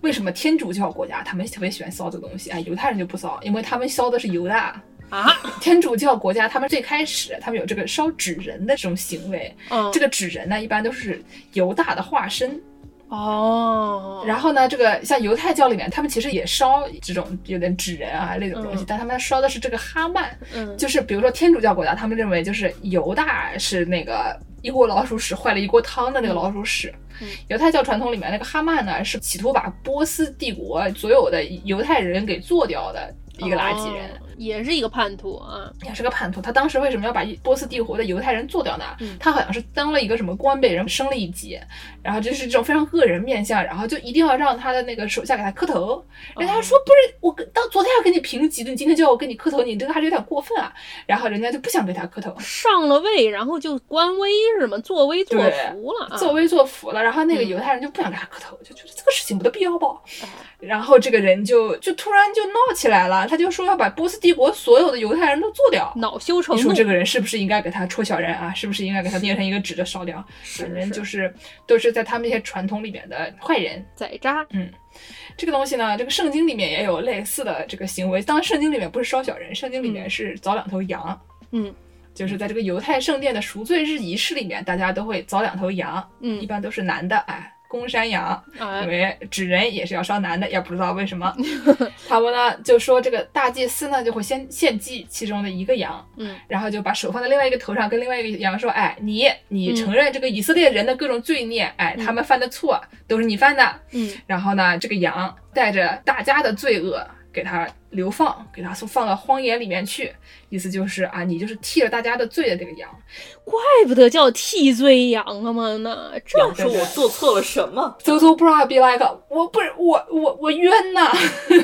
S1: 为什么天主教国家他们特别喜欢烧这个东西？哎，犹太人就不烧，因为他们烧的是犹大。
S2: 啊，
S1: 天主教国家他们最开始他们有这个烧纸人的这种行为，
S2: 嗯，
S1: 这个纸人呢，一般都是犹大的化身。
S2: 哦，
S1: 然后呢，这个像犹太教里面，他们其实也烧这种有点纸人啊那种东西，
S2: 嗯
S1: 但他们烧的是这个哈曼，
S2: 嗯，
S1: 就是比如说天主教国家，他们认为就是犹大是那个一锅老鼠屎坏了一锅汤的那个老鼠屎。
S2: 嗯
S1: 犹太教传统里面那个哈曼呢，是企图把波斯帝国所有的犹太人给做掉的一个垃圾人。
S2: 哦也是一个叛徒啊。
S1: 也是个叛徒。他当时为什么要把波斯帝国的犹太人做掉呢？
S2: 嗯
S1: 他好像是当了一个什么官，被人升了一级，然后就是这种非常恶人面相，然后就一定要让他的那个手下给他磕头。人
S2: 哦
S1: 家说、不是我跟到昨天要给你评级的，你今天就要我给你磕头，你这个还是有点过分啊。然后人家就不想给他磕头。
S2: 上了位，然后就官威是吗？作威作
S1: 对
S2: 福了啊。
S1: 作威作福了，然后那个
S2: 嗯
S1: 犹太人就不想给他磕头，就觉得这个事情没得必要吧。 然后这个人就就突然就闹起来了，他就说要把波斯帝国所有的犹太人都做掉。
S2: 恼羞成
S1: 你
S2: 怒
S1: 说，这个人是不是应该给他戳小人啊？是不是应该给他捏成一个纸的烧掉？反正就是是都是在他们那些传统里面的坏人。
S2: 宰渣。
S1: 这个东西呢，这个圣经里面也有类似的这个行为。当然，圣经里面不是烧小人，圣经里面是凿两头羊。
S2: 嗯，
S1: 就是在这个犹太圣殿的赎罪日仪式里面，大家都会凿两头羊，一
S2: 嗯，
S1: 般都是男的，哎。公山羊，因
S2: 哎，
S1: 为纸人也是要烧男的，也不知道为什么。他们呢就说这个大祭司呢就会先献祭其中的一个羊，
S2: 嗯，
S1: 然后就把手放在另外一个头上，跟另外一个羊说：“哎，你你
S2: 嗯
S1: 承认这个以色列人的各种罪孽，哎，
S2: 嗯
S1: 他们犯的错都是你犯的。
S2: 嗯，”
S1: 然后呢，这个羊带着大家的罪恶给他流放，给他送放到荒野里面去，意思就是啊，你就是替了大家的罪的这个羊。
S2: 怪不得叫替罪羊了嘛呢，这
S3: 然后说我做错了什么？
S1: So so bra be like，我不是我我我冤呐、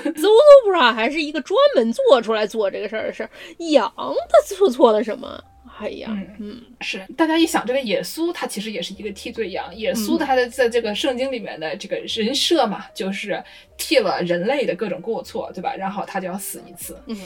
S2: Zozo Bra 还是一个专门做出来做这个事儿的事儿，羊他做错了什么？哎呀，
S1: 嗯
S2: 嗯
S1: 是，大家一想，这个耶稣他其实也是一个替罪羊。耶
S2: 嗯
S1: 稣他的在这个圣经里面的这个人设嘛，就是替了人类的各种过错，对吧？然后他就要死一次。
S2: 嗯。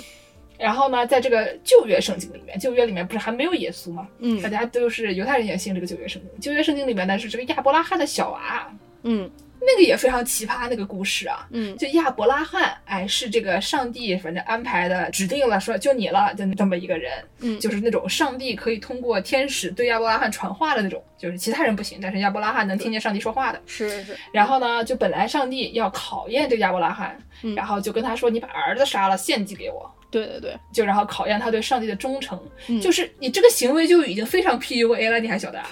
S1: 然后呢，在这个旧约圣经里面，旧约里面不是还没有耶稣吗？大
S2: 嗯
S1: 家都是犹太人也信这个旧约圣经。旧约圣经里面呢是这个亚伯拉罕的小娃，
S2: 嗯
S1: 那个也非常奇葩那个故事啊。
S2: 嗯
S1: 就亚伯拉罕，哎，是这个上帝反正安排的，指定了说就你了，就这么一个人，
S2: 嗯
S1: 就是那种上帝可以通过天使对亚伯拉罕传话的那种，就是其他人不行，但是亚伯拉罕能听见上帝说话的。
S2: 是是，
S1: 然后呢，就本来上帝要考验这个亚伯拉罕，
S2: 嗯
S1: 然后就跟他说你把儿子杀了献祭给我，
S2: 对对对，
S1: 就然后考验他对上帝的忠诚，
S2: 嗯
S1: 就是你这个行为就已经非常 PUA 了，你还晓得啊？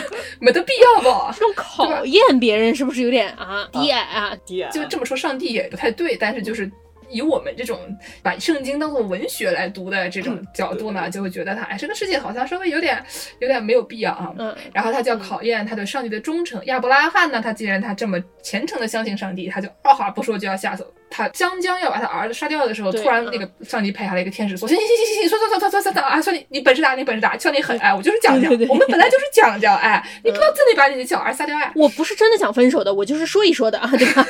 S1: 没得必要吧？
S2: 这种考验别人是不是有点啊低矮啊？
S3: 爹啊，
S1: 就这么说，上帝也不太对，但是就是。以我们这种把圣经当做文学来读的这
S2: 嗯
S1: 种角度呢，就会觉得他哎，这个世界好像稍微有点有点没有必要啊。
S2: 嗯，
S1: 然后他就要考验他对上帝的忠诚。亚伯拉罕呢，他既然他这么虔诚的相信上帝，他就二话不说就要下手。他将将要把他儿子杀掉的时候，
S2: 对
S1: 突然那个上帝派下来一个天使说：“行行行行行，算算算算算算啊，算你你本事大，你本事大，算你狠哎，我就是讲讲
S2: 对对，对
S1: 我们本来就是讲讲哎，你不要自己把你的小儿杀掉哎，
S2: 我不是真的想分手的，我就是说一说的啊，对吧？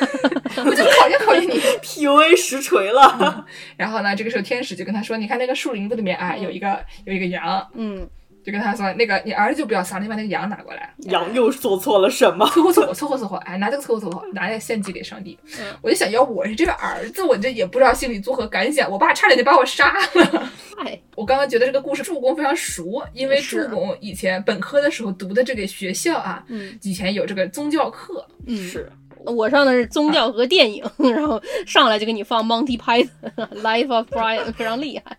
S1: 我就是考验考验你。”
S3: PUA 实锤了，
S1: 然后呢，这个时候天使就跟他说：“你看那个树林子里面啊，有一个有一个羊，
S2: 嗯，
S1: 就跟他说那个你儿子就不要杀，你把那个羊拿过来。”
S3: 羊又做错了什么？
S1: 凑合凑合凑合凑合，哎，拿这个凑合凑合，拿这个献祭给上帝。
S2: 嗯
S1: 我就想要我是这个儿子，我这也不知道心里作何感想。我爸差点就把我杀了。
S2: 哎，
S1: 我刚刚觉得这个故事助攻非常熟，因为
S2: 是啊
S1: 助攻以前本科的时候读的这个学校啊，
S2: 嗯
S1: 以前有这个宗教 课，
S2: 嗯，
S3: 是
S2: 我上的是宗教和电影，然后上来就给你放 Monty Python 《Life of Brian》，非常厉害。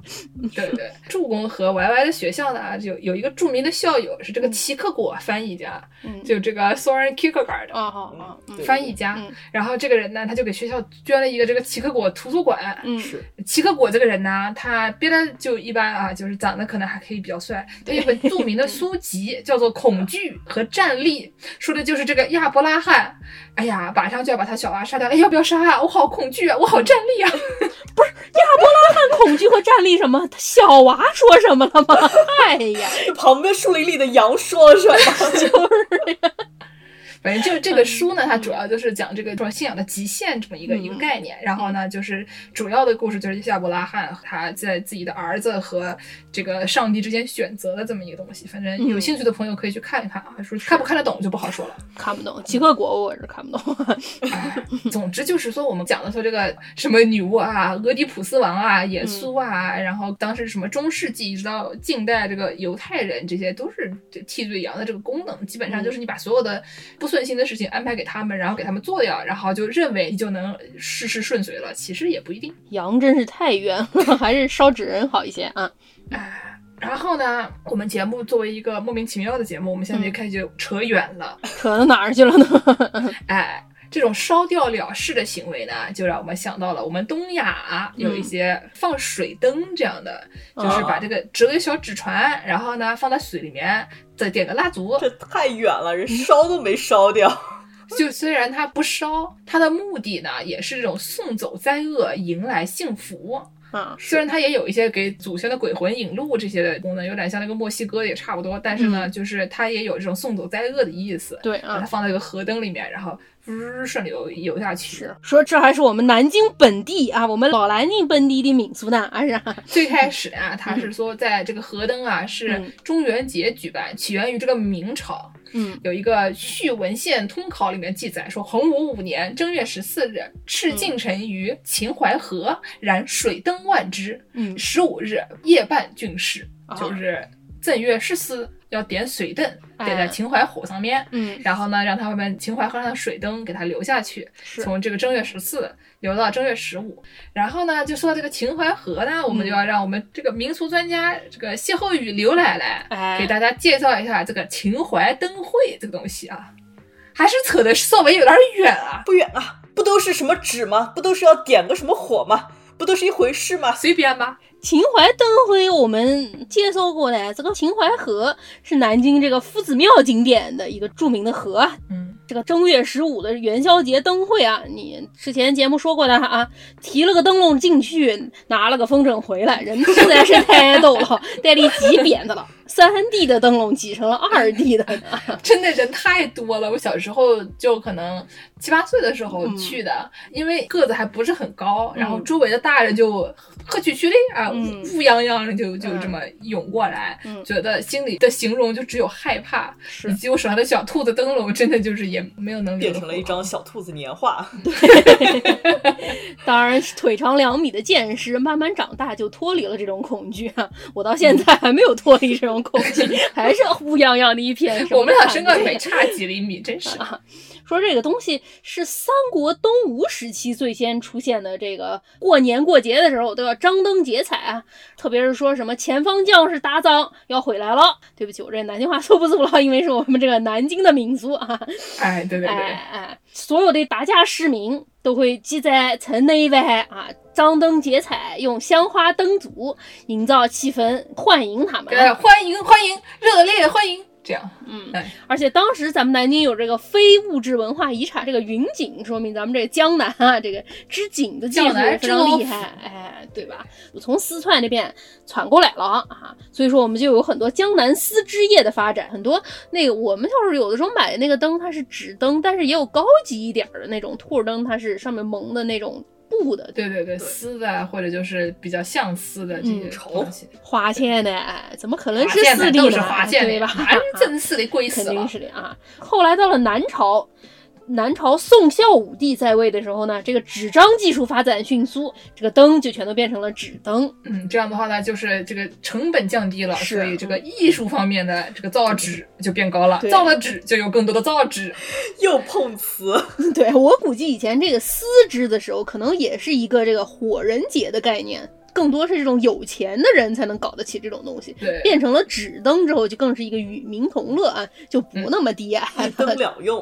S1: 对对对，助攻和 YY 的学校呢，有有一个著名的校友是这个齐克果翻译家，
S2: 嗯，
S1: 就这个 Soren Kierkegaard
S2: 啊好啊，
S3: 对
S1: 翻译家
S2: 嗯，
S1: 然后这个人呢，他就给学校捐了一个这个齐克果图书馆，
S2: 嗯
S3: 是，
S1: 齐克果这个人呢，他别的就一般啊，就是长得可能还可以比较帅。他有本著名的书籍叫做《恐惧和战栗》，说的就是这个亚伯拉罕。哎呀，马上就要把他小娃杀掉，哎，要不要杀啊？我好恐惧啊，我好战栗啊！
S2: 看恐惧和战栗什么？他小娃说什么了吗？ 哎呀，
S3: 旁边树林里的羊说了什么？
S1: 反正就是这个书呢，它主要就是讲这个说信仰的极限这么一个、一个概念。然后呢，就是主要的故事就是亚伯拉罕他在自己的儿子和这个上帝之间选择的这么一个东西。反正有兴趣的朋友可以去看一看啊，说看不看得懂就不好说了。
S2: 看不懂，极客国我是看不懂。
S1: 总之就是说，我们讲的说这个什么女巫啊、俄狄浦斯王啊、耶稣啊，然后当时什么中世纪一直到近代这个犹太人，这些都是替罪羊的这个功能，基本上就是你把所有的不顺心的事情安排给他们，然后给他们做掉，然后就认为你就能事事顺遂了，其实也不一定。
S2: 羊真是太冤了，还是烧纸人好一些啊。
S1: 然后呢，我们节目作为一个莫名其妙的节目，我们现在就开始就扯远了，
S2: 扯到哪儿去了呢？
S1: 哎。这种烧掉了事的行为呢，就让我们想到了我们东亚啊有一些放水灯这样的，就是把这个折个小纸船，然后呢放在水里面，再点个蜡烛。
S3: 这太远
S1: 嗯
S3: 了，人烧都没烧掉。
S1: 就虽然它不烧，它的目的呢也是这种送走灾厄，迎来幸福。
S2: 啊，
S1: 虽然它也有一些给祖先的鬼魂引路这些的功能，有点像那个墨西哥也差不多，但是呢，就是它也有这种送走灾厄的意思。
S2: 对
S1: 把它
S2: 啊，
S1: 放在一个河灯里面，然后呜顺流游下去。
S2: 是说这还是我们南京本地啊，我们老南京本地的民俗呢，啊是啊，
S1: 最开始啊，它是说在这个河灯啊是
S2: 嗯
S1: 中元节举办，起源于这个明朝。
S2: 嗯
S1: 有一个《续文献通考》里面记载说，洪武五年正月十四日，赤禁臣于秦淮河燃水灯万支，
S2: 嗯
S1: 十五日夜半郡事
S2: 啊，
S1: 就是正月十四要点水灯，点在
S2: 哎
S1: 秦淮河上面。
S2: 嗯，
S1: 然后呢，让他们秦淮河上的水灯给它流下去，
S2: 是
S1: 从这个正月十四流到正月十五。然后呢，就说到这个秦淮河呢，我们就要让我们这个民俗专家这个歇后语刘奶奶
S2: 哎
S1: 给大家介绍一下这个秦淮灯会这个东西啊，还是扯的稍微有点远啊，
S3: 不远啊，不都是什么纸吗？不都是要点个什么火吗？不都是一回事吗？
S1: 随便吧。
S2: 秦淮灯会我们介绍过的，这个秦淮河是南京这个夫子庙景点的一个著名的河啊，
S1: 嗯，
S2: 这个正月十五的元宵节灯会啊，你之前节目说过的啊，提了个灯笼进去，拿了个风筝回来，人实在是太逗了， 带力极扁的了。三 D 的灯笼挤成了二 D 的，
S1: 真的人太多了。我小时候就可能七八岁的时候
S2: 嗯
S1: 去的，因为个子还不是很高，
S2: 嗯
S1: 然后周围的大人就呵去去的啊，
S2: 嗯
S1: 乌泱泱的就就
S2: 嗯
S1: 这么涌过来，
S2: 嗯
S1: 觉得心里的形容就只有害怕，
S2: 是
S1: 以及我手上的小兔子灯笼，真的就是也没有能留
S3: 变
S1: 得
S3: 成了
S1: 活
S3: 一张小兔子年画，
S2: 当然，腿长两米的剑士慢慢长大就脱离了这种恐惧啊！我到现在还没有脱离这种恐惧，还是乌泱泱的一片。
S1: 我们俩身
S2: 身高 啊
S1: 高也没差几厘米，真是。
S2: 说这个东西是三国东吴时期最先出现的，这个过年过节的时候都要张灯结彩啊，特别是说什么前方将士打仗要回来了。对不起，我这南京话说不足了，因为是我们这个南京的民族啊。
S1: 哎，对对对，
S2: 哎哎，所有的打架市民都会挤在城内外啊，张灯结彩，用香花灯烛营造气氛，欢迎他们啊
S1: 给。大家欢迎欢迎，热烈欢迎，这样
S2: 嗯
S1: 哎，
S2: 而且当时咱们南京有这个非物质文化遗产，这个云锦，说明咱们这个江南啊，这个织锦的技术
S1: 江南
S2: 非常
S1: 织
S2: 厉
S1: 锦
S2: 害，哎，对吧？从四川那边传过来了啊，所以说我们就有很多江南丝织业的发展，很多那个我们就是有的时候买的那个灯，它是纸灯，但是也有高级一点儿的那种兔儿灯，它是上面蒙的那种布的，
S1: 对对对，丝的啊或者就是比较像丝的这些
S2: 嗯
S1: 东西，
S2: 花线的，哎，怎么可能
S1: 华
S2: 是
S1: 线
S2: 四
S1: 的
S2: D
S1: 都
S2: 呢？
S1: 是华线
S2: 对
S1: 的
S2: 吧？
S1: 哎，真是的，贵
S2: 肯
S1: 死
S2: 定
S1: 了。
S2: 是的啊。后来到了南朝，南朝宋孝武帝在位的时候呢，这个纸张技术发展迅速，这个灯就全都变成了纸灯。
S1: 嗯，这样的话呢，就是这个成本降低了，
S2: 是
S1: 所以这个艺术方面的这个造纸就变高了
S2: 对，
S1: 造了纸就有更多的造纸。
S3: 又碰瓷，
S2: 对我估计以前这个丝织的时候，可能也是一个这个火人节的概念。更多是这种有钱的人才能搞得起这种东西，
S1: 对
S2: 变成了纸灯之后，就更是一个与民同乐啊，就不那么低啊矮
S3: 一
S2: 了。
S3: 灯两用。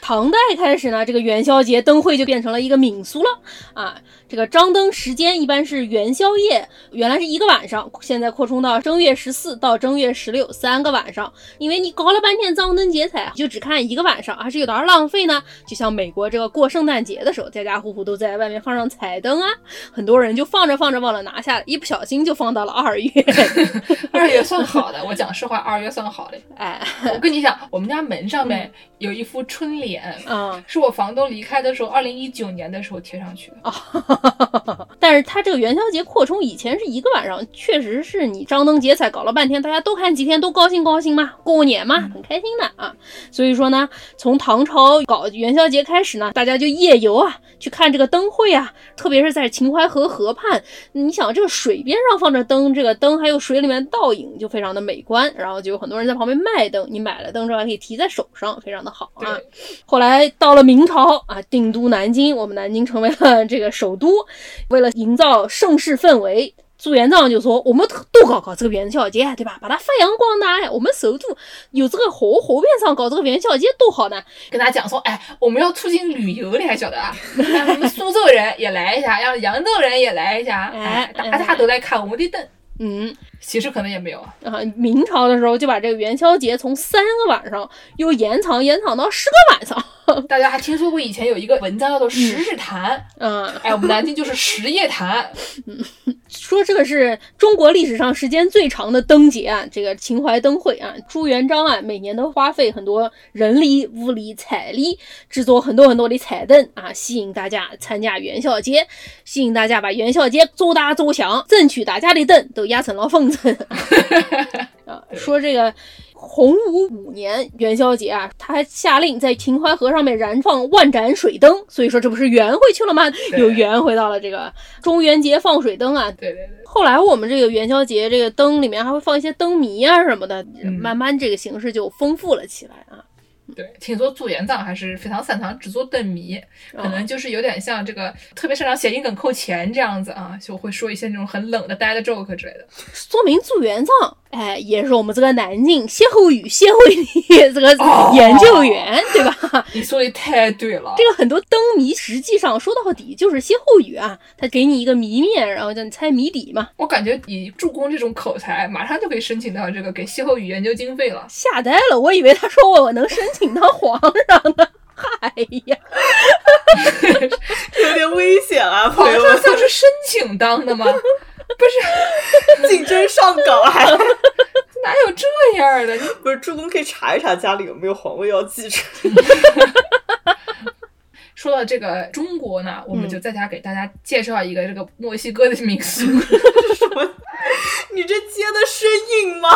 S2: 唐代开始呢，这个元宵节灯会就变成了一个民俗了啊。这个张灯时间一般是元宵夜，原来是一个晚上，现在扩充到正月十四到正月十六三个晚上。因为你搞了半天张灯结彩，就只看一个晚上，还是有点儿浪费呢。就像美国这个过圣诞节的时候，家家户户都在外面放上彩灯啊，很多人就放着放着忘了拿下，一不小心就放到了二月。
S1: 二月算好的，我讲实话，二月算好 的。
S2: 哎，
S1: 我跟你讲，我们家门上面有一副春联，
S2: 嗯。
S1: 是我房东离开的时候，二零一九年的时候贴上去的。
S2: 哦但是它这个元宵节扩充以前是一个晚上，确实是你张灯结彩搞了半天，大家都看几天，都高兴高兴嘛，过年嘛，很开心的啊。所以说呢，从唐朝搞元宵节开始呢，大家就夜游啊，去看这个灯会啊，特别是在秦淮河河畔，你想这个水边上放着灯，这个灯还有水里面倒影，就非常的美观。然后就有很多人在旁边卖灯，你买了灯之后还可以提在手上，非常的好啊。
S1: 对
S2: 后来到了明朝啊，定都南京，我们南京成为了这个首都。为了营造盛世氛围，朱元璋就说：“我们都搞搞这个元宵节，对吧？把它发扬光大呀！我们首都有这个河河边上搞这个元宵节多好呢！
S1: 跟他讲说，哎，我们要促进旅游，你还晓得 啊？让我们苏州人也来一下，让扬州人也来一下，
S2: 哎
S1: 哎，大家都来看我们的灯。
S2: 嗯，
S1: 其实可能也没有啊，
S2: 啊，明朝的时候就把这个元宵节从三个晚上又延长延长到十个晚上。
S1: 大家还听说过以前有一个文章叫做《十日谈》，
S2: 嗯，
S1: 哎，我们南京就是十夜谈，
S2: 说这个是中国历史上时间最长的灯节啊，这个秦淮灯会啊，朱元璋啊，每年都花费很多人力、物力、财力，制作很多很多的彩灯啊，吸引大家参加元宵节，吸引大家把元宵节做大做强，争取大家的灯都压成了风筝。 啊，说这个洪武五年元宵节啊，他还下令在秦淮河上面燃放万盏水灯，所以说这不是圆回去了吗？
S1: 对
S2: 又圆回到了这个中元节放水灯啊，
S1: 对对对，
S2: 后来我们这个元宵节这个灯里面还会放一些灯谜啊什么的，
S1: 嗯
S2: 慢慢这个形式就丰富了起来啊。
S1: 对，听说朱元璋还是非常擅长制作灯谜，
S2: 哦
S1: 可能就是有点像这个特别擅长谐音梗扣钱这样子啊，就会说一些那种很冷的 dad joke 之类的。
S2: 说明朱元璋，哎，也是我们这个南京歇后语 歇后语这个
S1: 哦
S2: 研究员，对吧？
S1: 你说的太对了，
S2: 这个很多灯谜实际上说到底就是歇后语啊，他给你一个谜面，然后叫你猜谜底嘛，
S1: 我感觉以助攻这种口才，马上就可以申请到这个给歇后语研究经费了。
S2: 吓呆了，我以为他说我能申请当皇上呢。 哎呀，
S3: 有点危险啊，
S1: 皇
S3: 朋 友
S1: 上
S3: 们，
S1: 像是申请当的吗？不是，
S3: 竞争上岗还
S1: 哪有这样的？
S3: 不是助攻可以查一查家里有没有皇位要继承。
S1: 说到这个中国呢，我们就在家给大家介绍一个这个墨西哥的民俗。
S3: 你这接的是硬吗？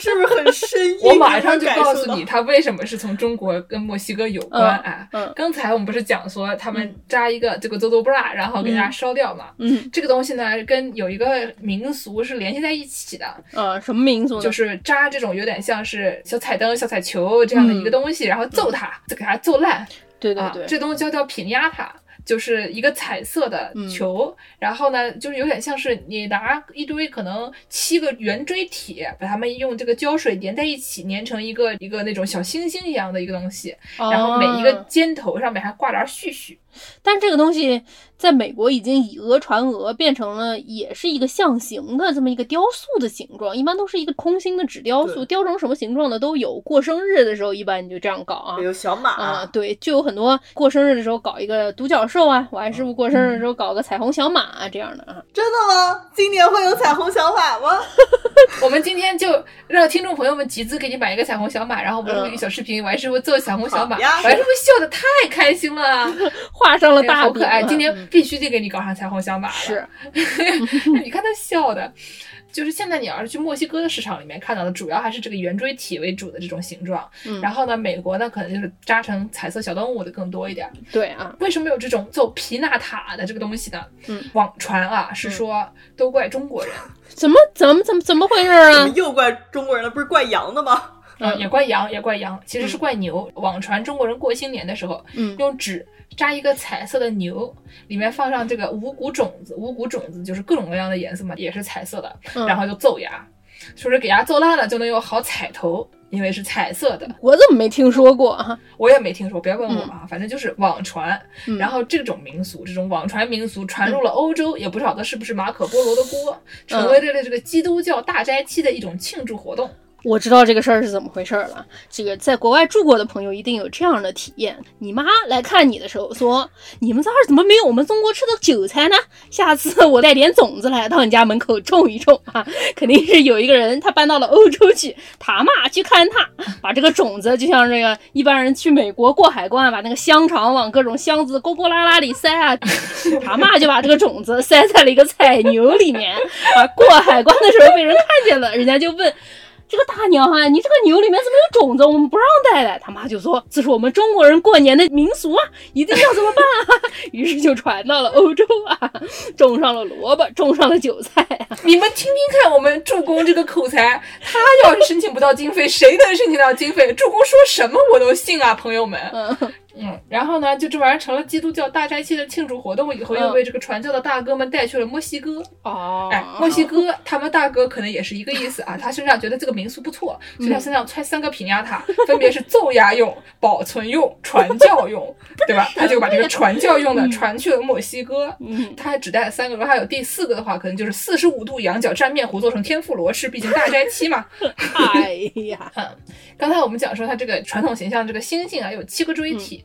S3: 是不是很深意？
S1: 我马上就
S3: 能感
S1: 告
S3: 受
S1: 诉
S3: 到
S1: 你，，它为什么是从中国跟墨西哥有关啊？
S2: 嗯
S1: 刚才我们不是讲说他们
S2: 嗯
S1: 扎一个这个 Dodo bra，然后给大家
S2: 嗯
S1: 烧掉嘛？
S2: 嗯
S1: 这个东西呢，跟有一个民俗是联系在一起的，
S2: 呃，什么民族呢？
S1: 就是扎这种有点像是小彩灯、小彩球这样的一个东西，然后揍它，就给它揍烂
S2: 对对
S1: 啊
S2: 对，。
S1: 这东西叫叫品压它。就是一个彩色的
S2: 嗯
S1: 球，然后呢，就是有点像是你拿一堆可能七个圆锥体，把它们用这个胶水粘在一起，粘成一个一个那种小星星一样的一个东西，然后每一个
S2: 哦，
S1: 尖头上面还挂点儿絮絮。
S2: 但这个东西在美国已经以讹传讹，变成了也是一个象形的这么一个雕塑的形状，一般都是一个空心的纸雕塑，
S3: 对
S2: 雕成什么形状的都有。过生日的时候，一般你就这样搞
S1: 哎
S2: 啊。
S3: 有小马、
S2: 啊，对，就有很多过生日的时候搞一个独角兽啊，我爱师傅过生日的时候搞个彩虹小马啊，这样的啊。
S3: 真的吗？今年会有彩虹小马吗？
S1: 我们今天就让听众朋友们集资给你买一个彩虹小马，然后我们录一个
S2: 嗯
S1: 小视频，王师傅揍彩虹小马，
S3: 好呀
S1: 王师傅笑的太开心 了，
S2: 画上了
S1: 哎呀
S2: 大
S1: 好
S2: 饼
S1: 可
S2: 啊、
S1: 爱。今天
S2: 嗯
S1: 必须得给你搞上彩虹小马了。
S2: 是，
S1: 你看他笑的，就是现在你要是去墨西哥的市场里面看到的，主要还是这个圆锥体为主的这种形状。
S2: 嗯
S1: 然后呢，美国呢可能就是扎成彩色小动物的更多一点。
S2: 对啊，
S1: 为什么有这种揍皮纳塔的这个东西呢？
S2: 嗯
S1: 网传啊是说都怪中 国人，
S2: 怎么怎么怎么怎么回事
S3: 我
S2: 啊
S3: 们？又怪中国人了，不是怪羊的吗？
S1: 啊，
S2: 嗯
S1: 也怪羊，也怪羊，其实是怪牛。网传中国人过新年的时候，
S2: 嗯
S1: 用纸扎一个彩色的牛，里面放上这个五谷种子，五谷种子就是各种各样的颜色嘛，也是彩色的，
S2: 嗯
S1: 然后就揍牙，说是给牙揍烂了就能有好彩头。因为是彩色的，
S2: 我怎么没听说过啊？
S1: 我也没听说，不要问我啊，反正就是网传。
S2: 嗯
S1: 然后这种民俗，这种网传民俗传入了欧洲，也不晓得是不是马可波罗的
S2: 嗯
S1: 锅，成为了这个基督教大斋期的一种庆祝活动。
S2: 我知道这个事儿是怎么回事儿了。这个在国外住过的朋友一定有这样的体验：你妈来看你的时候说，你们这儿怎么没有我们中国吃的韭菜呢？下次我带点种子来到你家门口种一种啊！肯定是有一个人他搬到了欧洲去，他妈去看他，把这个种子就像这个一般人去美国过海关，把那个香肠往各种箱子勾勾拉拉里塞啊， 他妈就把这个种子塞在了一个菜牛里面啊！过海关的时候被人看见了，人家就问。这个大娘啊，你这个牛里面怎么有种子？我们不让带来。他妈就说这是我们中国人过年的民俗啊，一定要怎么办 啊？于是就传到了欧洲啊，种上了萝卜，种上了韭菜啊。
S1: 你们听听看，我们助攻这个口才，他要是申请不到经费，谁能申请到经费？助攻说什么我都信啊，朋友们。
S2: 嗯
S1: 嗯，然后呢，就这玩意儿成了基督教大斋期的庆祝活动，以后又
S2: 嗯
S1: 被这个传教的大哥们带去了墨西哥。
S2: 哦
S1: 哎，墨西哥他们大哥可能也是一个意思啊，他身上觉得这个民俗不错，所以他身上揣三个平压塔，分别是奏牙用、保存用、 传教用，对吧？他就把这个传教用的传去了墨西哥。
S2: 嗯
S1: 他还只带了三个，如果还有第四个的话，可能就是四十五度仰角蘸面糊做成天妇罗吃，毕竟大斋期嘛。
S2: 哎呀，
S1: 刚才我们讲说它这个传统形象，这个星星啊有七个锥体，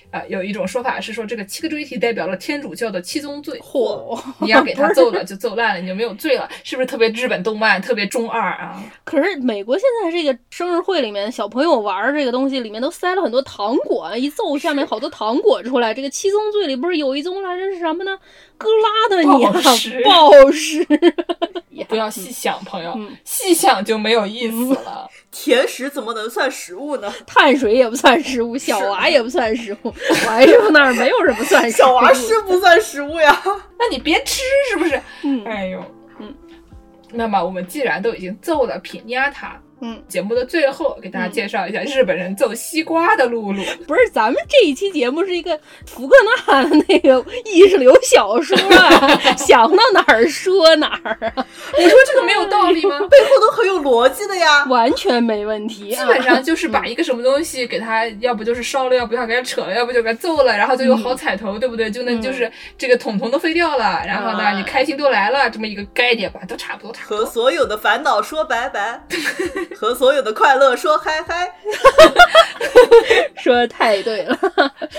S1: 啊、
S2: 嗯
S1: 有一种说法是说这个七个锥体代表了天主教的七宗罪。
S2: 嚯！
S1: 你 要给他揍了就揍烂了，你就没有罪了，是不是特别日本动漫，特别中二啊？
S2: 可是美国现在这个生日会里面，小朋友玩儿这个东西里面都塞了很多糖果啊，一揍下面好多糖果出来。这个七宗罪里不是有一宗来着是什么呢？哥拉的你啊，
S1: 暴食
S2: 暴食。
S1: 不要细想，朋友，
S2: 嗯
S1: 细想就没有意思了。
S3: 甜食怎么能算食物呢？
S2: 碳水也不算食物，小娃也不算食物，我还是那儿没有什么算食物。
S3: 小娃是不算食物呀。
S1: 那你别吃，是不是？
S2: 嗯
S1: 哎呦，
S2: 嗯。
S1: 那么我们既然都已经揍了品压塔，
S2: 嗯，
S1: 节目的最后给大家介绍一下日本人揍西瓜的露 露。
S2: 不是咱们这一期节目是一个福克纳的那个意识流小说啊，想到哪儿说哪儿啊，
S1: 你说这个没有道理吗？
S3: 背后都很有逻辑的呀。
S2: 完全没问题
S1: 基
S2: 啊。
S1: 本上就是把一个什么东西给它，要不就是烧了，要不就给它扯了，要不就给它揍了，然后就有
S2: 嗯
S1: 好彩头，对不对？就能就是这个桶桶都飞掉了，然后呢
S2: 啊
S1: 你开心都来了，这么一个概念吧，都差不多差不
S3: 和
S1: 多。
S3: 所有的烦恼说拜拜，和所有的快乐说嗨嗨。
S2: 说的太对了，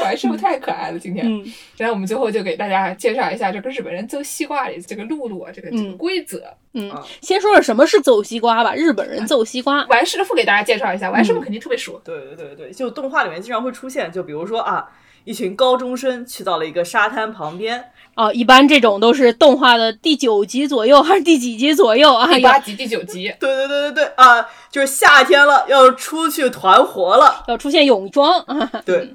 S1: 白师傅太可爱了，今天。
S2: 嗯
S1: 然后我们最后就给大家介绍一下这个日本人揍西瓜里这个露露啊，这个这个
S2: 嗯
S1: 规则。
S2: 嗯
S3: 啊，
S2: 先说说什么是揍西瓜吧，日本人揍西瓜，
S1: 完
S2: 嗯
S1: 师傅给大家介绍一下，完师傅肯定特别熟。
S3: 对对对对，就动画里面经常会出现，就比如说啊，一群高中生去到了一个沙滩旁边，
S2: 哦，一般这种都是动画的第九集左右还是第几集左右啊？
S1: 第
S2: 要
S1: 八集、第九集，
S3: 对对对对对啊，就是夏天了，要出去团活了，
S2: 要出现泳装啊？
S3: 对。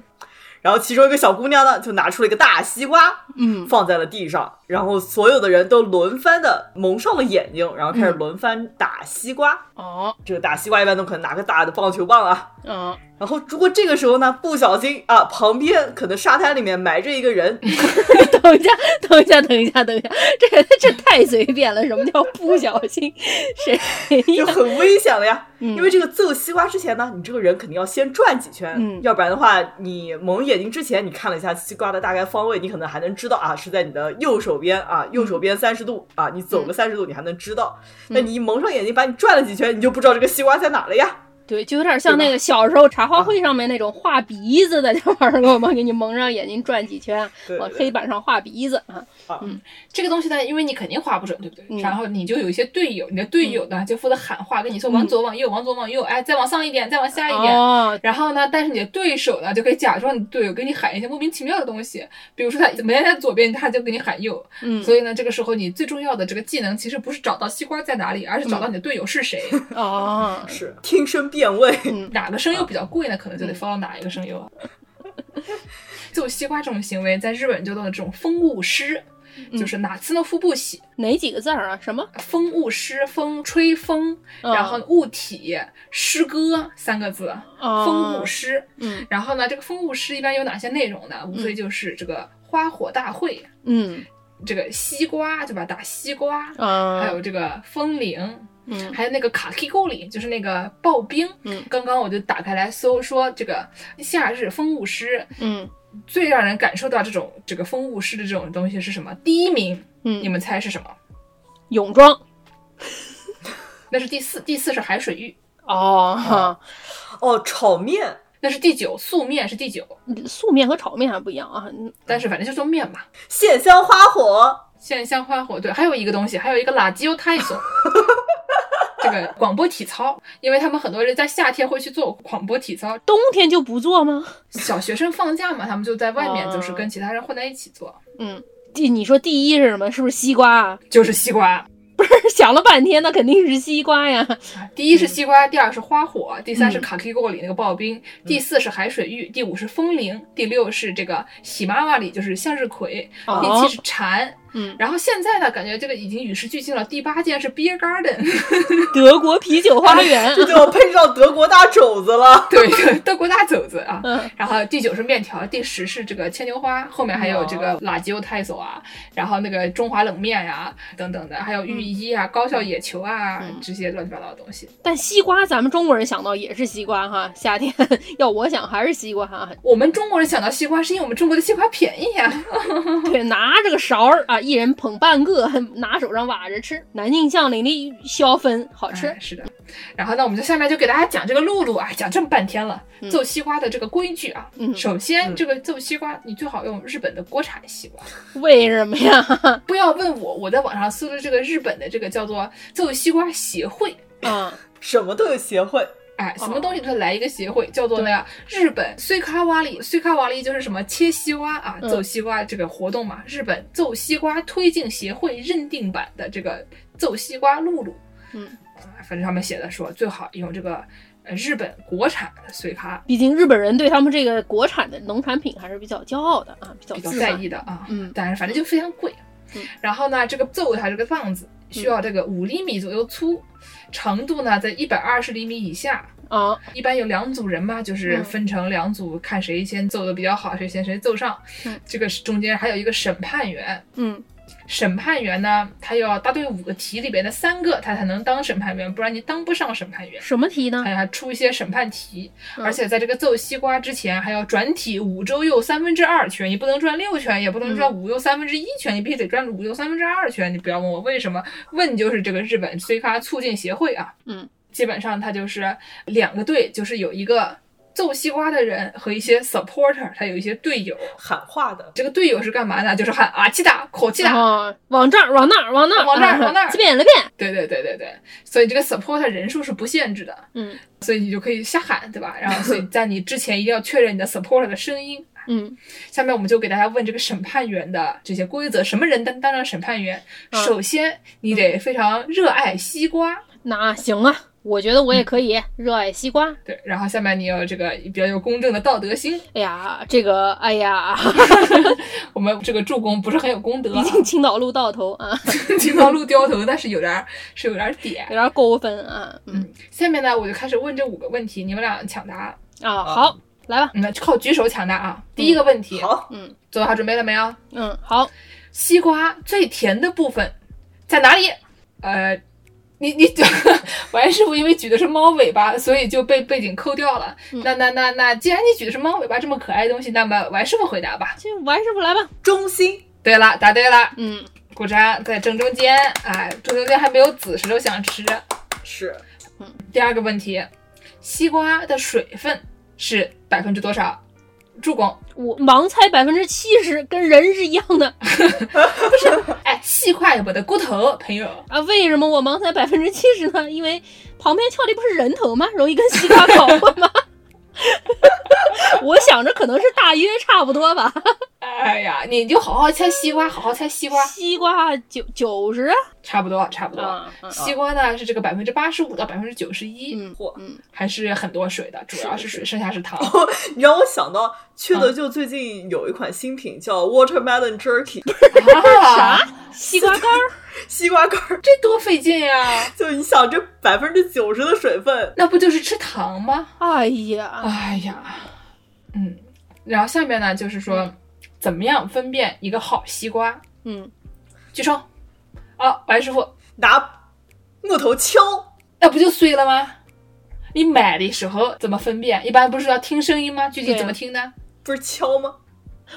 S3: 然后其中一个小姑娘呢，就拿出了一个大西瓜，
S2: 嗯，
S3: 放在了地上，然后所有的人都轮番的蒙上了眼睛，然后开始轮番打西瓜。
S2: 哦，
S3: 这个打西瓜一般都可能拿个大的棒球棒啊。
S2: 嗯，
S3: 然后如果这个时候呢，不小心啊，旁边可能沙滩里面埋着一个人，
S2: 等一下，等一下，等一下，等一下，这这太随便了！什么叫不小心？谁
S3: 就
S2: 呀？
S3: 很危险了呀。
S2: 嗯
S3: 因为这个揍西瓜之前呢，你这个人肯定要先转几圈，
S2: 嗯
S3: 要不然的话，你蒙眼睛之前，你看了一下西瓜的大概方位，你可能还能知道啊，是在你的右手边啊，右手
S2: 嗯
S3: 边三十度啊，你走个三十度，你还能知道。那、你一蒙上眼睛，把你转了几圈，你就不知道这个西瓜在哪了呀。
S2: 对，就有点像那个小时候茶话会上面那种画鼻子的，就玩过吗？给你蒙上眼睛转几圈，
S3: 对
S2: 往
S3: 对
S2: 黑板上画鼻子啊。
S1: 这个东西呢，因为你肯定划不准，对不对？
S2: 嗯
S1: 然后你就有一些队友，你的队友呢就负责喊话，跟你
S2: 嗯
S1: 说往左、往右、往左、往右，哎，再往上一点，再往下一点。
S2: 哦，
S1: 然后呢，但是你的对手呢，就可以假装你队友给你喊一些莫名其妙的东西，比如说他没在左边，他就给你喊右。
S2: 嗯，
S1: 所以呢，这个时候你最重要的这个技能其实不是找到西瓜在哪里，而是找到你的队友是谁，
S2: 哦，
S3: 是听声辨位，
S1: 哪个声优比较贵呢，可
S2: 嗯
S1: 能就得放到哪一个声优啊。就西瓜这种行为，在日本就叫做这种风物诗，
S2: 嗯
S1: 就是哪次呢腹部喜，
S2: 哪几个字儿啊？什么？
S1: 风物诗，风吹风，
S2: 嗯
S1: 然后物体、诗歌三个字，
S2: 哦
S1: 风物诗。
S2: 嗯
S1: 然后呢，这个风物诗一般有哪些内容呢？无非就是这个花火大会，
S2: 嗯
S1: 这个西瓜对吧？打西瓜，
S2: 啊，
S1: 嗯还有这个风铃，
S2: 嗯
S1: 还有那个卡 K 沟里，就是那个刨冰。
S2: 嗯
S1: 刚刚我就打开来搜，说这个夏日风物诗
S2: 嗯
S1: 最让人感受到这种这个风物诗的这种东西是什么？第一名，你
S2: 嗯，
S1: 们猜是什么？
S2: 泳装
S1: 那是第四，第四是海水浴，
S2: 哦，
S3: 哦，炒面。
S1: 那是第九，素面是第九，
S2: 素面和炒面还不一样啊。
S1: 但是反正就做面吧。
S3: 线香花火，
S1: 线香花火，对，还有一个东西，还有一个垃圾太 松。这个广播体操，因为他们很多人在夏天会去做广播体操，
S2: 冬天就不做吗？
S1: 小学生放假嘛，他们就在外面，就是
S2: 哦
S1: 跟其他人混在一起做，
S2: 嗯，第你说第一是什么？是不是西瓜啊？
S1: 就是西瓜。
S2: 想了半天，那肯定是西瓜 呀。
S1: 第一是西瓜，第二是花火，第三是卡 K 锅里那个刨冰，第四是海水浴，第五是风铃，第六是这个喜妈妈里就是向日葵，
S2: 哦
S1: 第七是蝉。
S2: 嗯
S1: 然后现在呢，感觉这个已经与时俱进了。第八件是 Beer Garden，
S2: 德国啤酒 花园。
S1: 哎
S3: 这就要配上德国大肘子了。
S1: 对对， 德国大肘子啊。
S2: 嗯
S1: 然后第九是面条，第十是这个牵牛花，后面还有这个辣鸡油太索啊，然后那个中华冷面呀、等等的，还有浴衣啊、高校野球啊、
S2: 嗯
S1: 这些乱七八糟的东西。
S2: 但西瓜，咱们中国人想到也是西瓜哈。夏天要我想还是西瓜 哈。
S1: 我们中国人想到西瓜，是因为我们中国的西瓜便宜呀、啊
S2: 对，拿着个勺儿啊，一人捧半个， 拿手上挖着吃。南京巷里的小粉好吃
S1: 哎。是的。然后呢，我们就下面就给大家讲这个露露啊，讲这么半天了，揍西瓜的这个规矩啊。
S2: 嗯
S1: 首先，
S3: 嗯
S1: 这个揍西瓜你最好用日本的国产西瓜，
S2: 为什么呀？
S1: 不要问我，我在网上搜的这个日本的这个叫做揍西瓜协会。
S2: 啊，
S3: 什么都有协会，
S1: 哎，
S2: 哦
S1: 什么东西都来一个协会，叫做呢日本碎卡瓦里，碎卡瓦里就是什么切西瓜啊、
S2: 嗯
S1: 揍西瓜这个活动嘛。日本揍西瓜推进协会认定版的这个揍西瓜露露，
S2: 嗯
S1: 啊，反正上面写的说最好用这个呃日本国产的碎卡，
S2: 毕竟日本人对他们这个国产的农产品还是比较骄傲的啊，比较
S1: 比较
S2: 自
S1: 在
S2: 豪
S1: 意的啊，
S2: 嗯
S1: 但是反正就非常贵。
S2: 嗯
S1: 然后呢，这个揍它这个棒子需要这个五厘米左右粗，长度呢在一百二十厘米以下，
S2: 啊。
S1: 一般有两组人嘛，就是
S2: 嗯
S1: 分成两组，看谁先揍的比较好，谁先谁揍上。
S2: 嗯
S1: 这个是中间还有一个审判员，
S2: 嗯
S1: 审判员呢，他要答对五个题里边的三个，他才能当审判员，不然你当不上审判员。
S2: 什么题呢
S1: 还？要出一些审判题，
S2: 嗯
S1: 而且在这个揍西瓜之前，还要转体五周右三分之二圈，你不能转六圈，也不
S2: 嗯
S1: 能转五右三分之一圈，你必须得转五右三分之二圈。你不要问我为什么，问就是这个日本碎咖促进协会啊，
S2: 嗯，
S1: 基本上它就是两个队，就是有一个揍西瓜的人和一些 supporter，他有一些队友。
S3: 喊话的。
S1: 这个队友是干嘛呢？就是喊啊气打口气打，
S2: 啊，往这儿，往那儿，往那儿，
S1: 往那儿往 那儿
S2: 啊这边那边。
S1: 对对对对对，所以这个 supporter 人数是不限制的，
S2: 嗯，
S1: 所以你就可以瞎喊，对吧？然后所以在你之前一定要确认你的 supporter 的声音。
S2: 嗯，
S1: 下面我们就给大家问这个审判员的这些规则，什么人担当上审判员？
S2: 嗯
S1: 首先，你得非常热爱西瓜，
S2: 那行啊，我觉得我也可以热爱西瓜。
S1: 对，然后下面你有这个比较有公正的道德心。
S2: 哎呀，这个，哎呀，
S1: 我们这个助攻不是很有功德、
S2: 毕
S1: 啊，
S2: 竟青岛路到头啊，
S1: 经常录掉头，但是有点儿是有点儿点
S2: 有。点过分啊。嗯
S1: 嗯，下面呢，我就开始问这五个问题，你们俩抢答，
S2: 啊，好，来吧。
S1: 嗯那靠举手抢答啊。第一个问题，
S3: 好，
S1: 做好准备了没有？
S2: 嗯，好，
S1: 西瓜最甜的部分在哪里？呃，你 你王师傅因为举的是猫尾巴，所以就被背景扣掉了。那那那那，既然你举的是猫尾巴这么可爱的东西，那么王师傅回答吧。
S2: 这王师傅来吧。
S3: 中心
S1: 对了，答对了，
S2: 嗯，
S1: 果然在正中间。哎，正中间还没有籽，谁都想吃。
S3: 是
S1: 第二个问题，西瓜的水分是百分之多少？助攻，
S2: 我盲猜百分之七十，跟人是一样的
S1: 哎，细块我的骨头，朋友。
S2: 啊。为什么我盲猜百分之七十呢？因为旁边翘的不是人头吗？容易跟西瓜搞混吗？ 我想着可能是大约差不多吧。
S1: 哎呀，你就好好猜西瓜，好好猜西瓜，
S2: 西瓜九九十
S1: 差不多，差不多。
S2: 啊，嗯
S1: 西瓜呢是这个百分之八十五到百分之九十一，
S2: 嗯
S3: 嚯！
S2: 嗯，
S1: 还是很多水的，主要是水，剩下是糖。
S3: 你让我想到缺
S2: 嗯
S3: 德就最近有一款新品叫 Watermelon Jerky，
S1: 啊
S2: 啥？ 西瓜干儿
S3: 西瓜干儿。
S1: 这多费劲 呀！
S3: 就你想这百分之九十的水分，
S1: 那不就是吃糖吗？
S2: 哎呀，
S1: 哎呀，嗯，然后下面呢就是说，怎么样分辨一个好西瓜？
S2: 嗯，
S1: 举手。啊，白师傅，
S3: 拿木头敲，
S1: 那不就碎了吗？你买的时候怎么分辨？一般不是要听声音吗？具体
S2: 对啊
S1: 怎么听呢？
S3: 不是敲吗？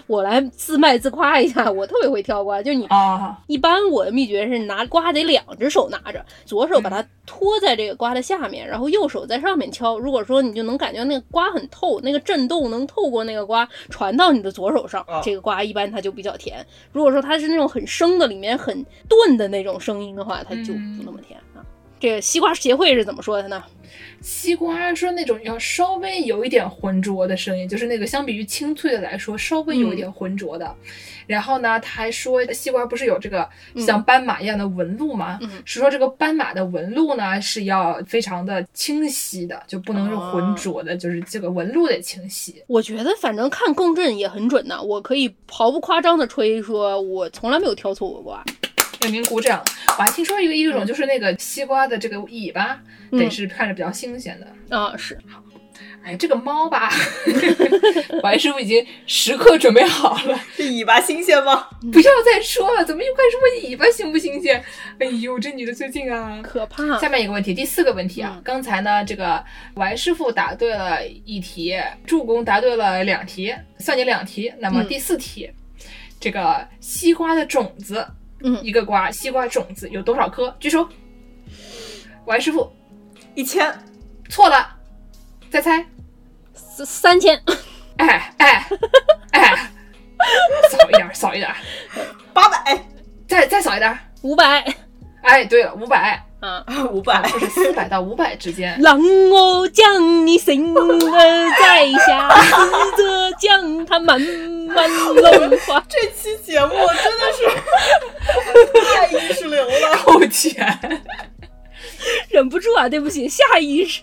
S2: 我来自卖自夸一下，我特别会挑瓜，就是你
S1: 啊，
S2: 一般我的秘诀是拿瓜得两只手拿着，左手把它托在这个瓜的下面，然后右手在上面敲。如果说你就能感觉那个瓜很透，那个震动能透过那个瓜传到你的左手上，
S3: 啊
S2: 这个瓜一般它就比较甜。如果说它是那种很生的，里面很钝的那种声音的话，它就
S1: 嗯
S2: 不那么甜啊。这个西瓜协会是怎么说的呢？
S1: 西瓜说那种要稍微有一点浑浊的声音，就是那个相比于清脆的来说，稍微
S2: 嗯
S1: 有一点浑浊的。然后呢，他还说西瓜不是有这个
S2: 嗯
S1: 像斑马一样的纹路吗？
S2: 嗯
S1: 是说这个斑马的纹路呢是要非常的清晰的，就不能是
S2: 哦
S1: 浑浊的，就是这个纹路得清晰。
S2: 我觉得反正看共振也很准呐、我可以毫不夸张的吹说，我从来没有挑错过瓜。
S1: 为您鼓掌。我还听说一个一种就是那个西瓜的这个尾巴、
S2: 嗯
S1: 得是看着比较新鲜的。
S2: 啊，是
S1: 哎，这个猫吧， 白师傅已经时刻准备好了。
S3: 这尾巴新鲜吗？
S1: 不要再说了，怎么又开始问尾巴新不新鲜？哎呦，这女的最近啊。
S2: 可怕
S1: 下。面一个问题，第四个问题啊，
S2: 嗯
S1: 刚才呢，这个王师傅答对了一题，助攻答对了两题，算你两题。那么
S2: 嗯
S1: 第四题，这个西瓜的种子，
S2: 嗯
S1: 一个瓜，西瓜种子有多少颗？举手。王师傅
S3: 一千，
S1: 错了，再猜。
S2: 三三千。
S1: 哎哎哎， 扫一点儿，扫一点儿，
S3: 八百，
S1: 再再扫一点儿。
S2: 五百
S1: 哎，对了，五百。
S2: 啊！
S3: 五 百，
S1: 就是四百到五百之间。
S2: 让我将你心儿摘下，试着将它慢慢融化。
S3: 这期节目真的 是太意识流了。
S1: 扣钱，
S2: 忍不住啊，对不起，下意识，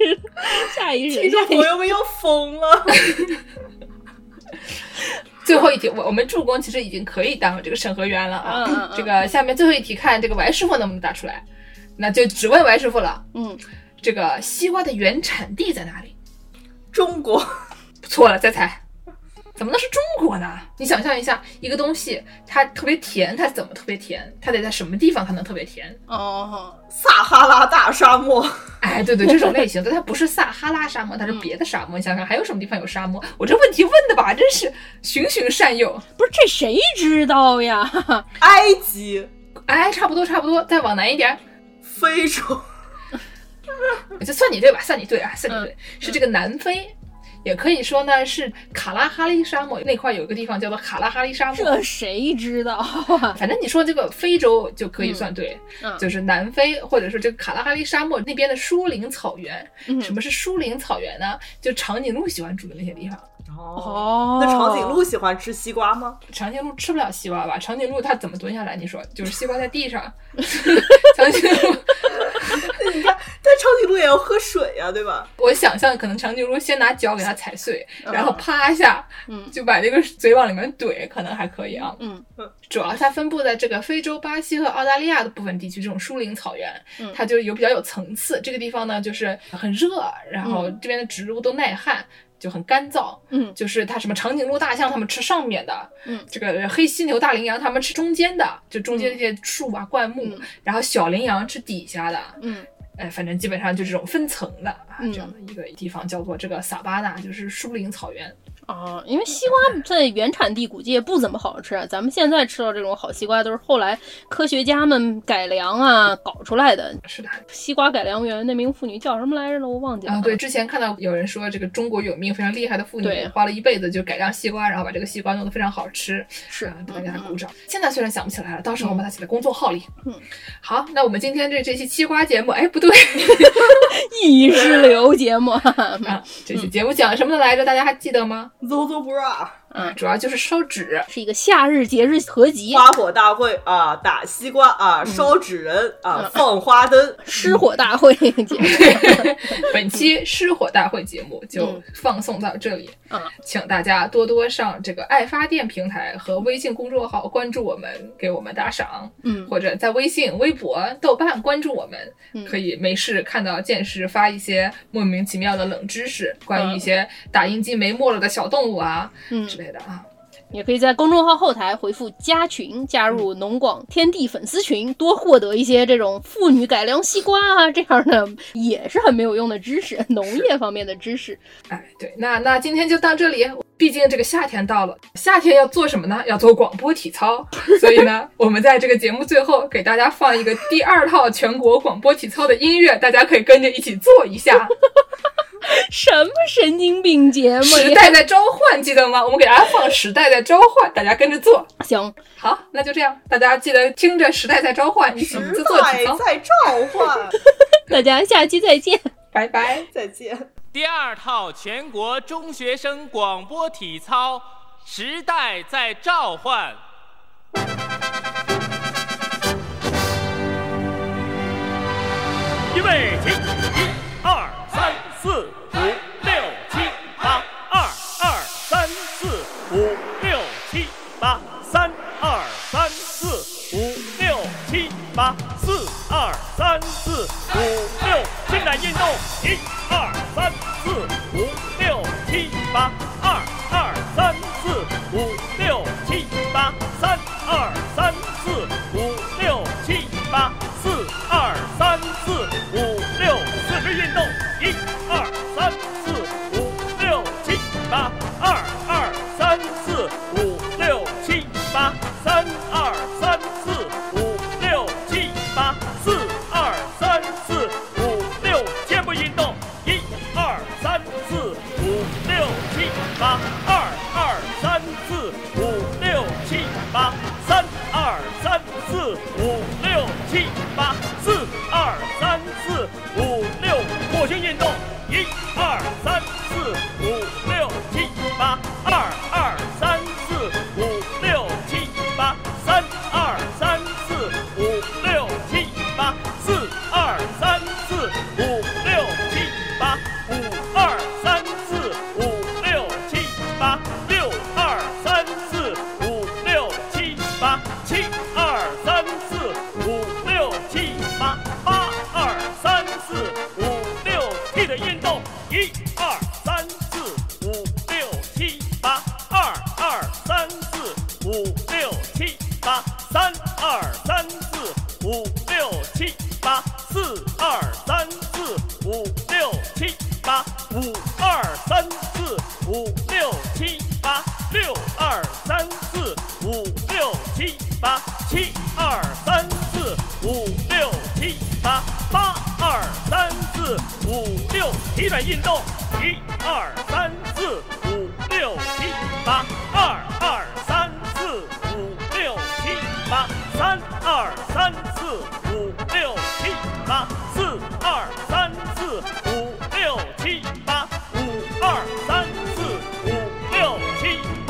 S2: 下意识，
S3: 听众
S2: 下
S3: 朋
S2: 意识。
S3: 友们要疯了！
S1: 最后一题，我我们助攻其实已经可以当这个审核员了啊。
S2: 嗯嗯嗯
S1: 这个下面最后一题，看这个王师傅能不能答出来，那就只问王师傅了。
S2: 嗯，
S1: 这个西瓜的原产地在哪里？
S3: 中国
S1: 错了，再猜。怎么能是中国呢？你想象一下，一个东西它特别甜，它怎么特别甜？它得在什么地方才能特别甜？
S2: 哦，
S3: 撒哈拉大沙漠，
S1: 哎，对对，这种类型，但它不是撒哈拉沙漠，它是
S2: 嗯
S1: 别的沙漠。你想想，还有什么地方有沙漠？我这问题问的吧，真是循循善诱。
S2: 不是这谁知道 呀？
S3: 埃及，
S1: 哎，差不多差不多，再往南一点儿，
S3: 非洲，
S1: 就算你对吧，算你对啊，算
S2: 嗯
S1: 你对，是这个南非。也可以说呢，是卡拉哈利沙漠那块有一个地方叫做卡拉哈利沙漠
S2: 这。谁知道啊？
S1: 反正你说这个非洲就可以算对，
S2: 嗯
S1: 就是南非或者说这个卡拉哈利沙漠那边的疏林草原。
S2: 嗯
S1: 什么是疏林草原呢？就长颈鹿喜欢住的那些地方。
S3: 哦，
S2: 哦，
S3: 那长颈鹿喜欢吃西瓜吗？
S1: 长颈鹿吃不了西瓜吧？长颈鹿它怎么蹲下来？你说，就是西瓜在地 上， 长颈鹿。
S3: 但长颈鹿也要喝水呀、对吧？
S1: 我想象可能长颈鹿先拿脚给它踩碎，
S2: 嗯
S1: 然后啪一下，
S2: 嗯
S1: 就把这个嘴往里面怼，可能还可以啊。
S2: 嗯
S1: 主要它分布在这个非洲、巴西和澳大利亚的部分地区，这种疏林草原，
S2: 嗯
S1: 它就有比较有层次。这个地方呢，就是很热，然后这边的植物都耐旱，就很干燥。
S2: 嗯
S1: 就是它什么长颈鹿、大象，它们吃上面的，
S2: 嗯，
S1: 这个黑犀牛、大羚羊，它们吃中间的，就中间那些树啊、灌木，
S2: 嗯
S1: 然后小羚羊吃底下的，
S2: 嗯
S1: 哎，反正基本上就这种分层的啊，
S2: 嗯
S1: 这样的一个地方叫做这个撒巴纳，就是树林草原。
S2: 哦，因为西瓜在原产地估计也不怎么好吃，啊咱们现在吃到这种好西瓜都是后来科学家们改良啊搞出来的。
S1: 是的
S2: 西瓜改良园那名妇女叫什么来着了？我忘记了。
S1: 啊，对，，之前看到有人说这个中国有名非常厉害的妇女
S2: 对，
S1: 花了一辈子就改良西瓜，然后把这个西瓜弄得非常好吃，
S2: 是
S1: 啊，大家给他鼓掌。现在虽然想不起来了，到时候我把它写在公众号里。
S2: 嗯，
S1: 好，那我们今天这这期西瓜节目，哎，不对
S2: 意识流节 目。
S1: 啊，这期节目讲什么的来着？大家还记得吗？
S3: 搜搜 bra
S2: 嗯
S1: 主要就是烧纸。
S2: 是一个夏日节日合集，
S3: 花火大会啊，打西瓜啊，烧纸人啊，放花灯。
S2: 失火大会
S1: 嗯
S2: 节目。
S1: 本期失火大会节目就
S2: 嗯
S1: 放送到这里，
S2: 嗯
S1: 请大家多多上这个爱发电平台和微信公众号关注我们，给我们打赏，
S2: 嗯，
S1: 或者在微信、微博、豆瓣关注我们，
S2: 嗯
S1: 可以没事看到剑士发一些莫名其妙的冷知识，关于一些打印机没没了的小动物啊、
S2: 嗯
S1: 之类的啊。
S2: 也可以在公众号后台回复“加群”，加入农广天地粉丝群，多获得一些这种妇女改良西瓜啊这样的也是很没有用的知识，农业方面的知识。
S1: 哎，对，那那今天就到这里。毕竟这个夏天到了，夏天要做什么呢？要做广播体操。所以呢，我们在这个节目最后给大家放一个第二套全国广播体操的音乐，大家可以跟着一起做一下。
S2: 什么神经病节目
S1: 时
S2: 呀？
S1: 代在召唤，记得吗？我们给大家放《时代在召唤》，大家跟着做。
S2: 行，
S1: 好，那就这样，大家记得听着《时代在召唤》，一起
S3: 时
S1: 做做体
S3: 代
S1: 操。
S3: 在召唤，
S2: 大家下期再见。
S1: 拜拜。
S3: 再见。
S4: 第二套全国中学生广播体操，时代在召唤。预备起，一、二、三、四、五、六、七、八，二、二、三、四、五、六、七、八，三、二、三、四、五、六、七、八，四、二、三、四、五、六，伸展运动，一、二、三、四、五、六、七、八，二、二、三、四、五、六、七、八，三、二、三、四、五、六、七、八，四、二、三、四、五、六，四肢运动，一、二、三、四、五、六、七、八，二、二、三、四、五、六、七、八，三、二、三、四、五、六、七、八，四、二、三、四、五、六，肩部运动，一、二、三、四、五、六、七、八，二、二、三、四、五、六、七、八，三、二、三、四、五、六、七、八，四、二、三、四、五、六，火星运动，一、二、三、四、五、六、七、八，二、二、三、四、五、六、七、八，三、二、三、四、五、六、七、八，四、二、三、四、五、六、七、八，五、二、三、四、五、六、七、八，六、二、三、四、五、六、七、八，七、二、三、四、五、六、七、八，八、二、三、四、五、六，地的运动，一、二、三、四、五、六、七、八，二、二、三、四、五、六、七、八，三、二、三、四、五、六、七、八，四、二、三、四、五、六、七、八，五、二、三、四、五、六、七、八，六、二、三、四、五、六、七、八，七、二、三、四、五、六、七、八，八、二、三、四、五、六，体转运动，一、二、三、四、五、六、七、八，二、二、三、四、五、六、七、八，三、二、三、四、五、六、七、八，四、二、三、四、五、六、七、八，五、二、三、四、五。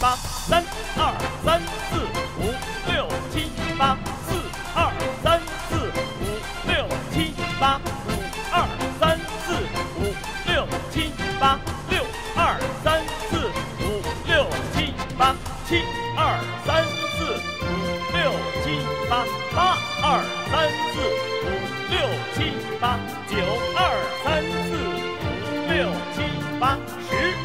S4: 八，三二三四五六七八，四二三四五六七八，五二三四五六七八，六二三四五六七八，七二三四五六七八，八二三四五六七八，九二三四五六七八，十。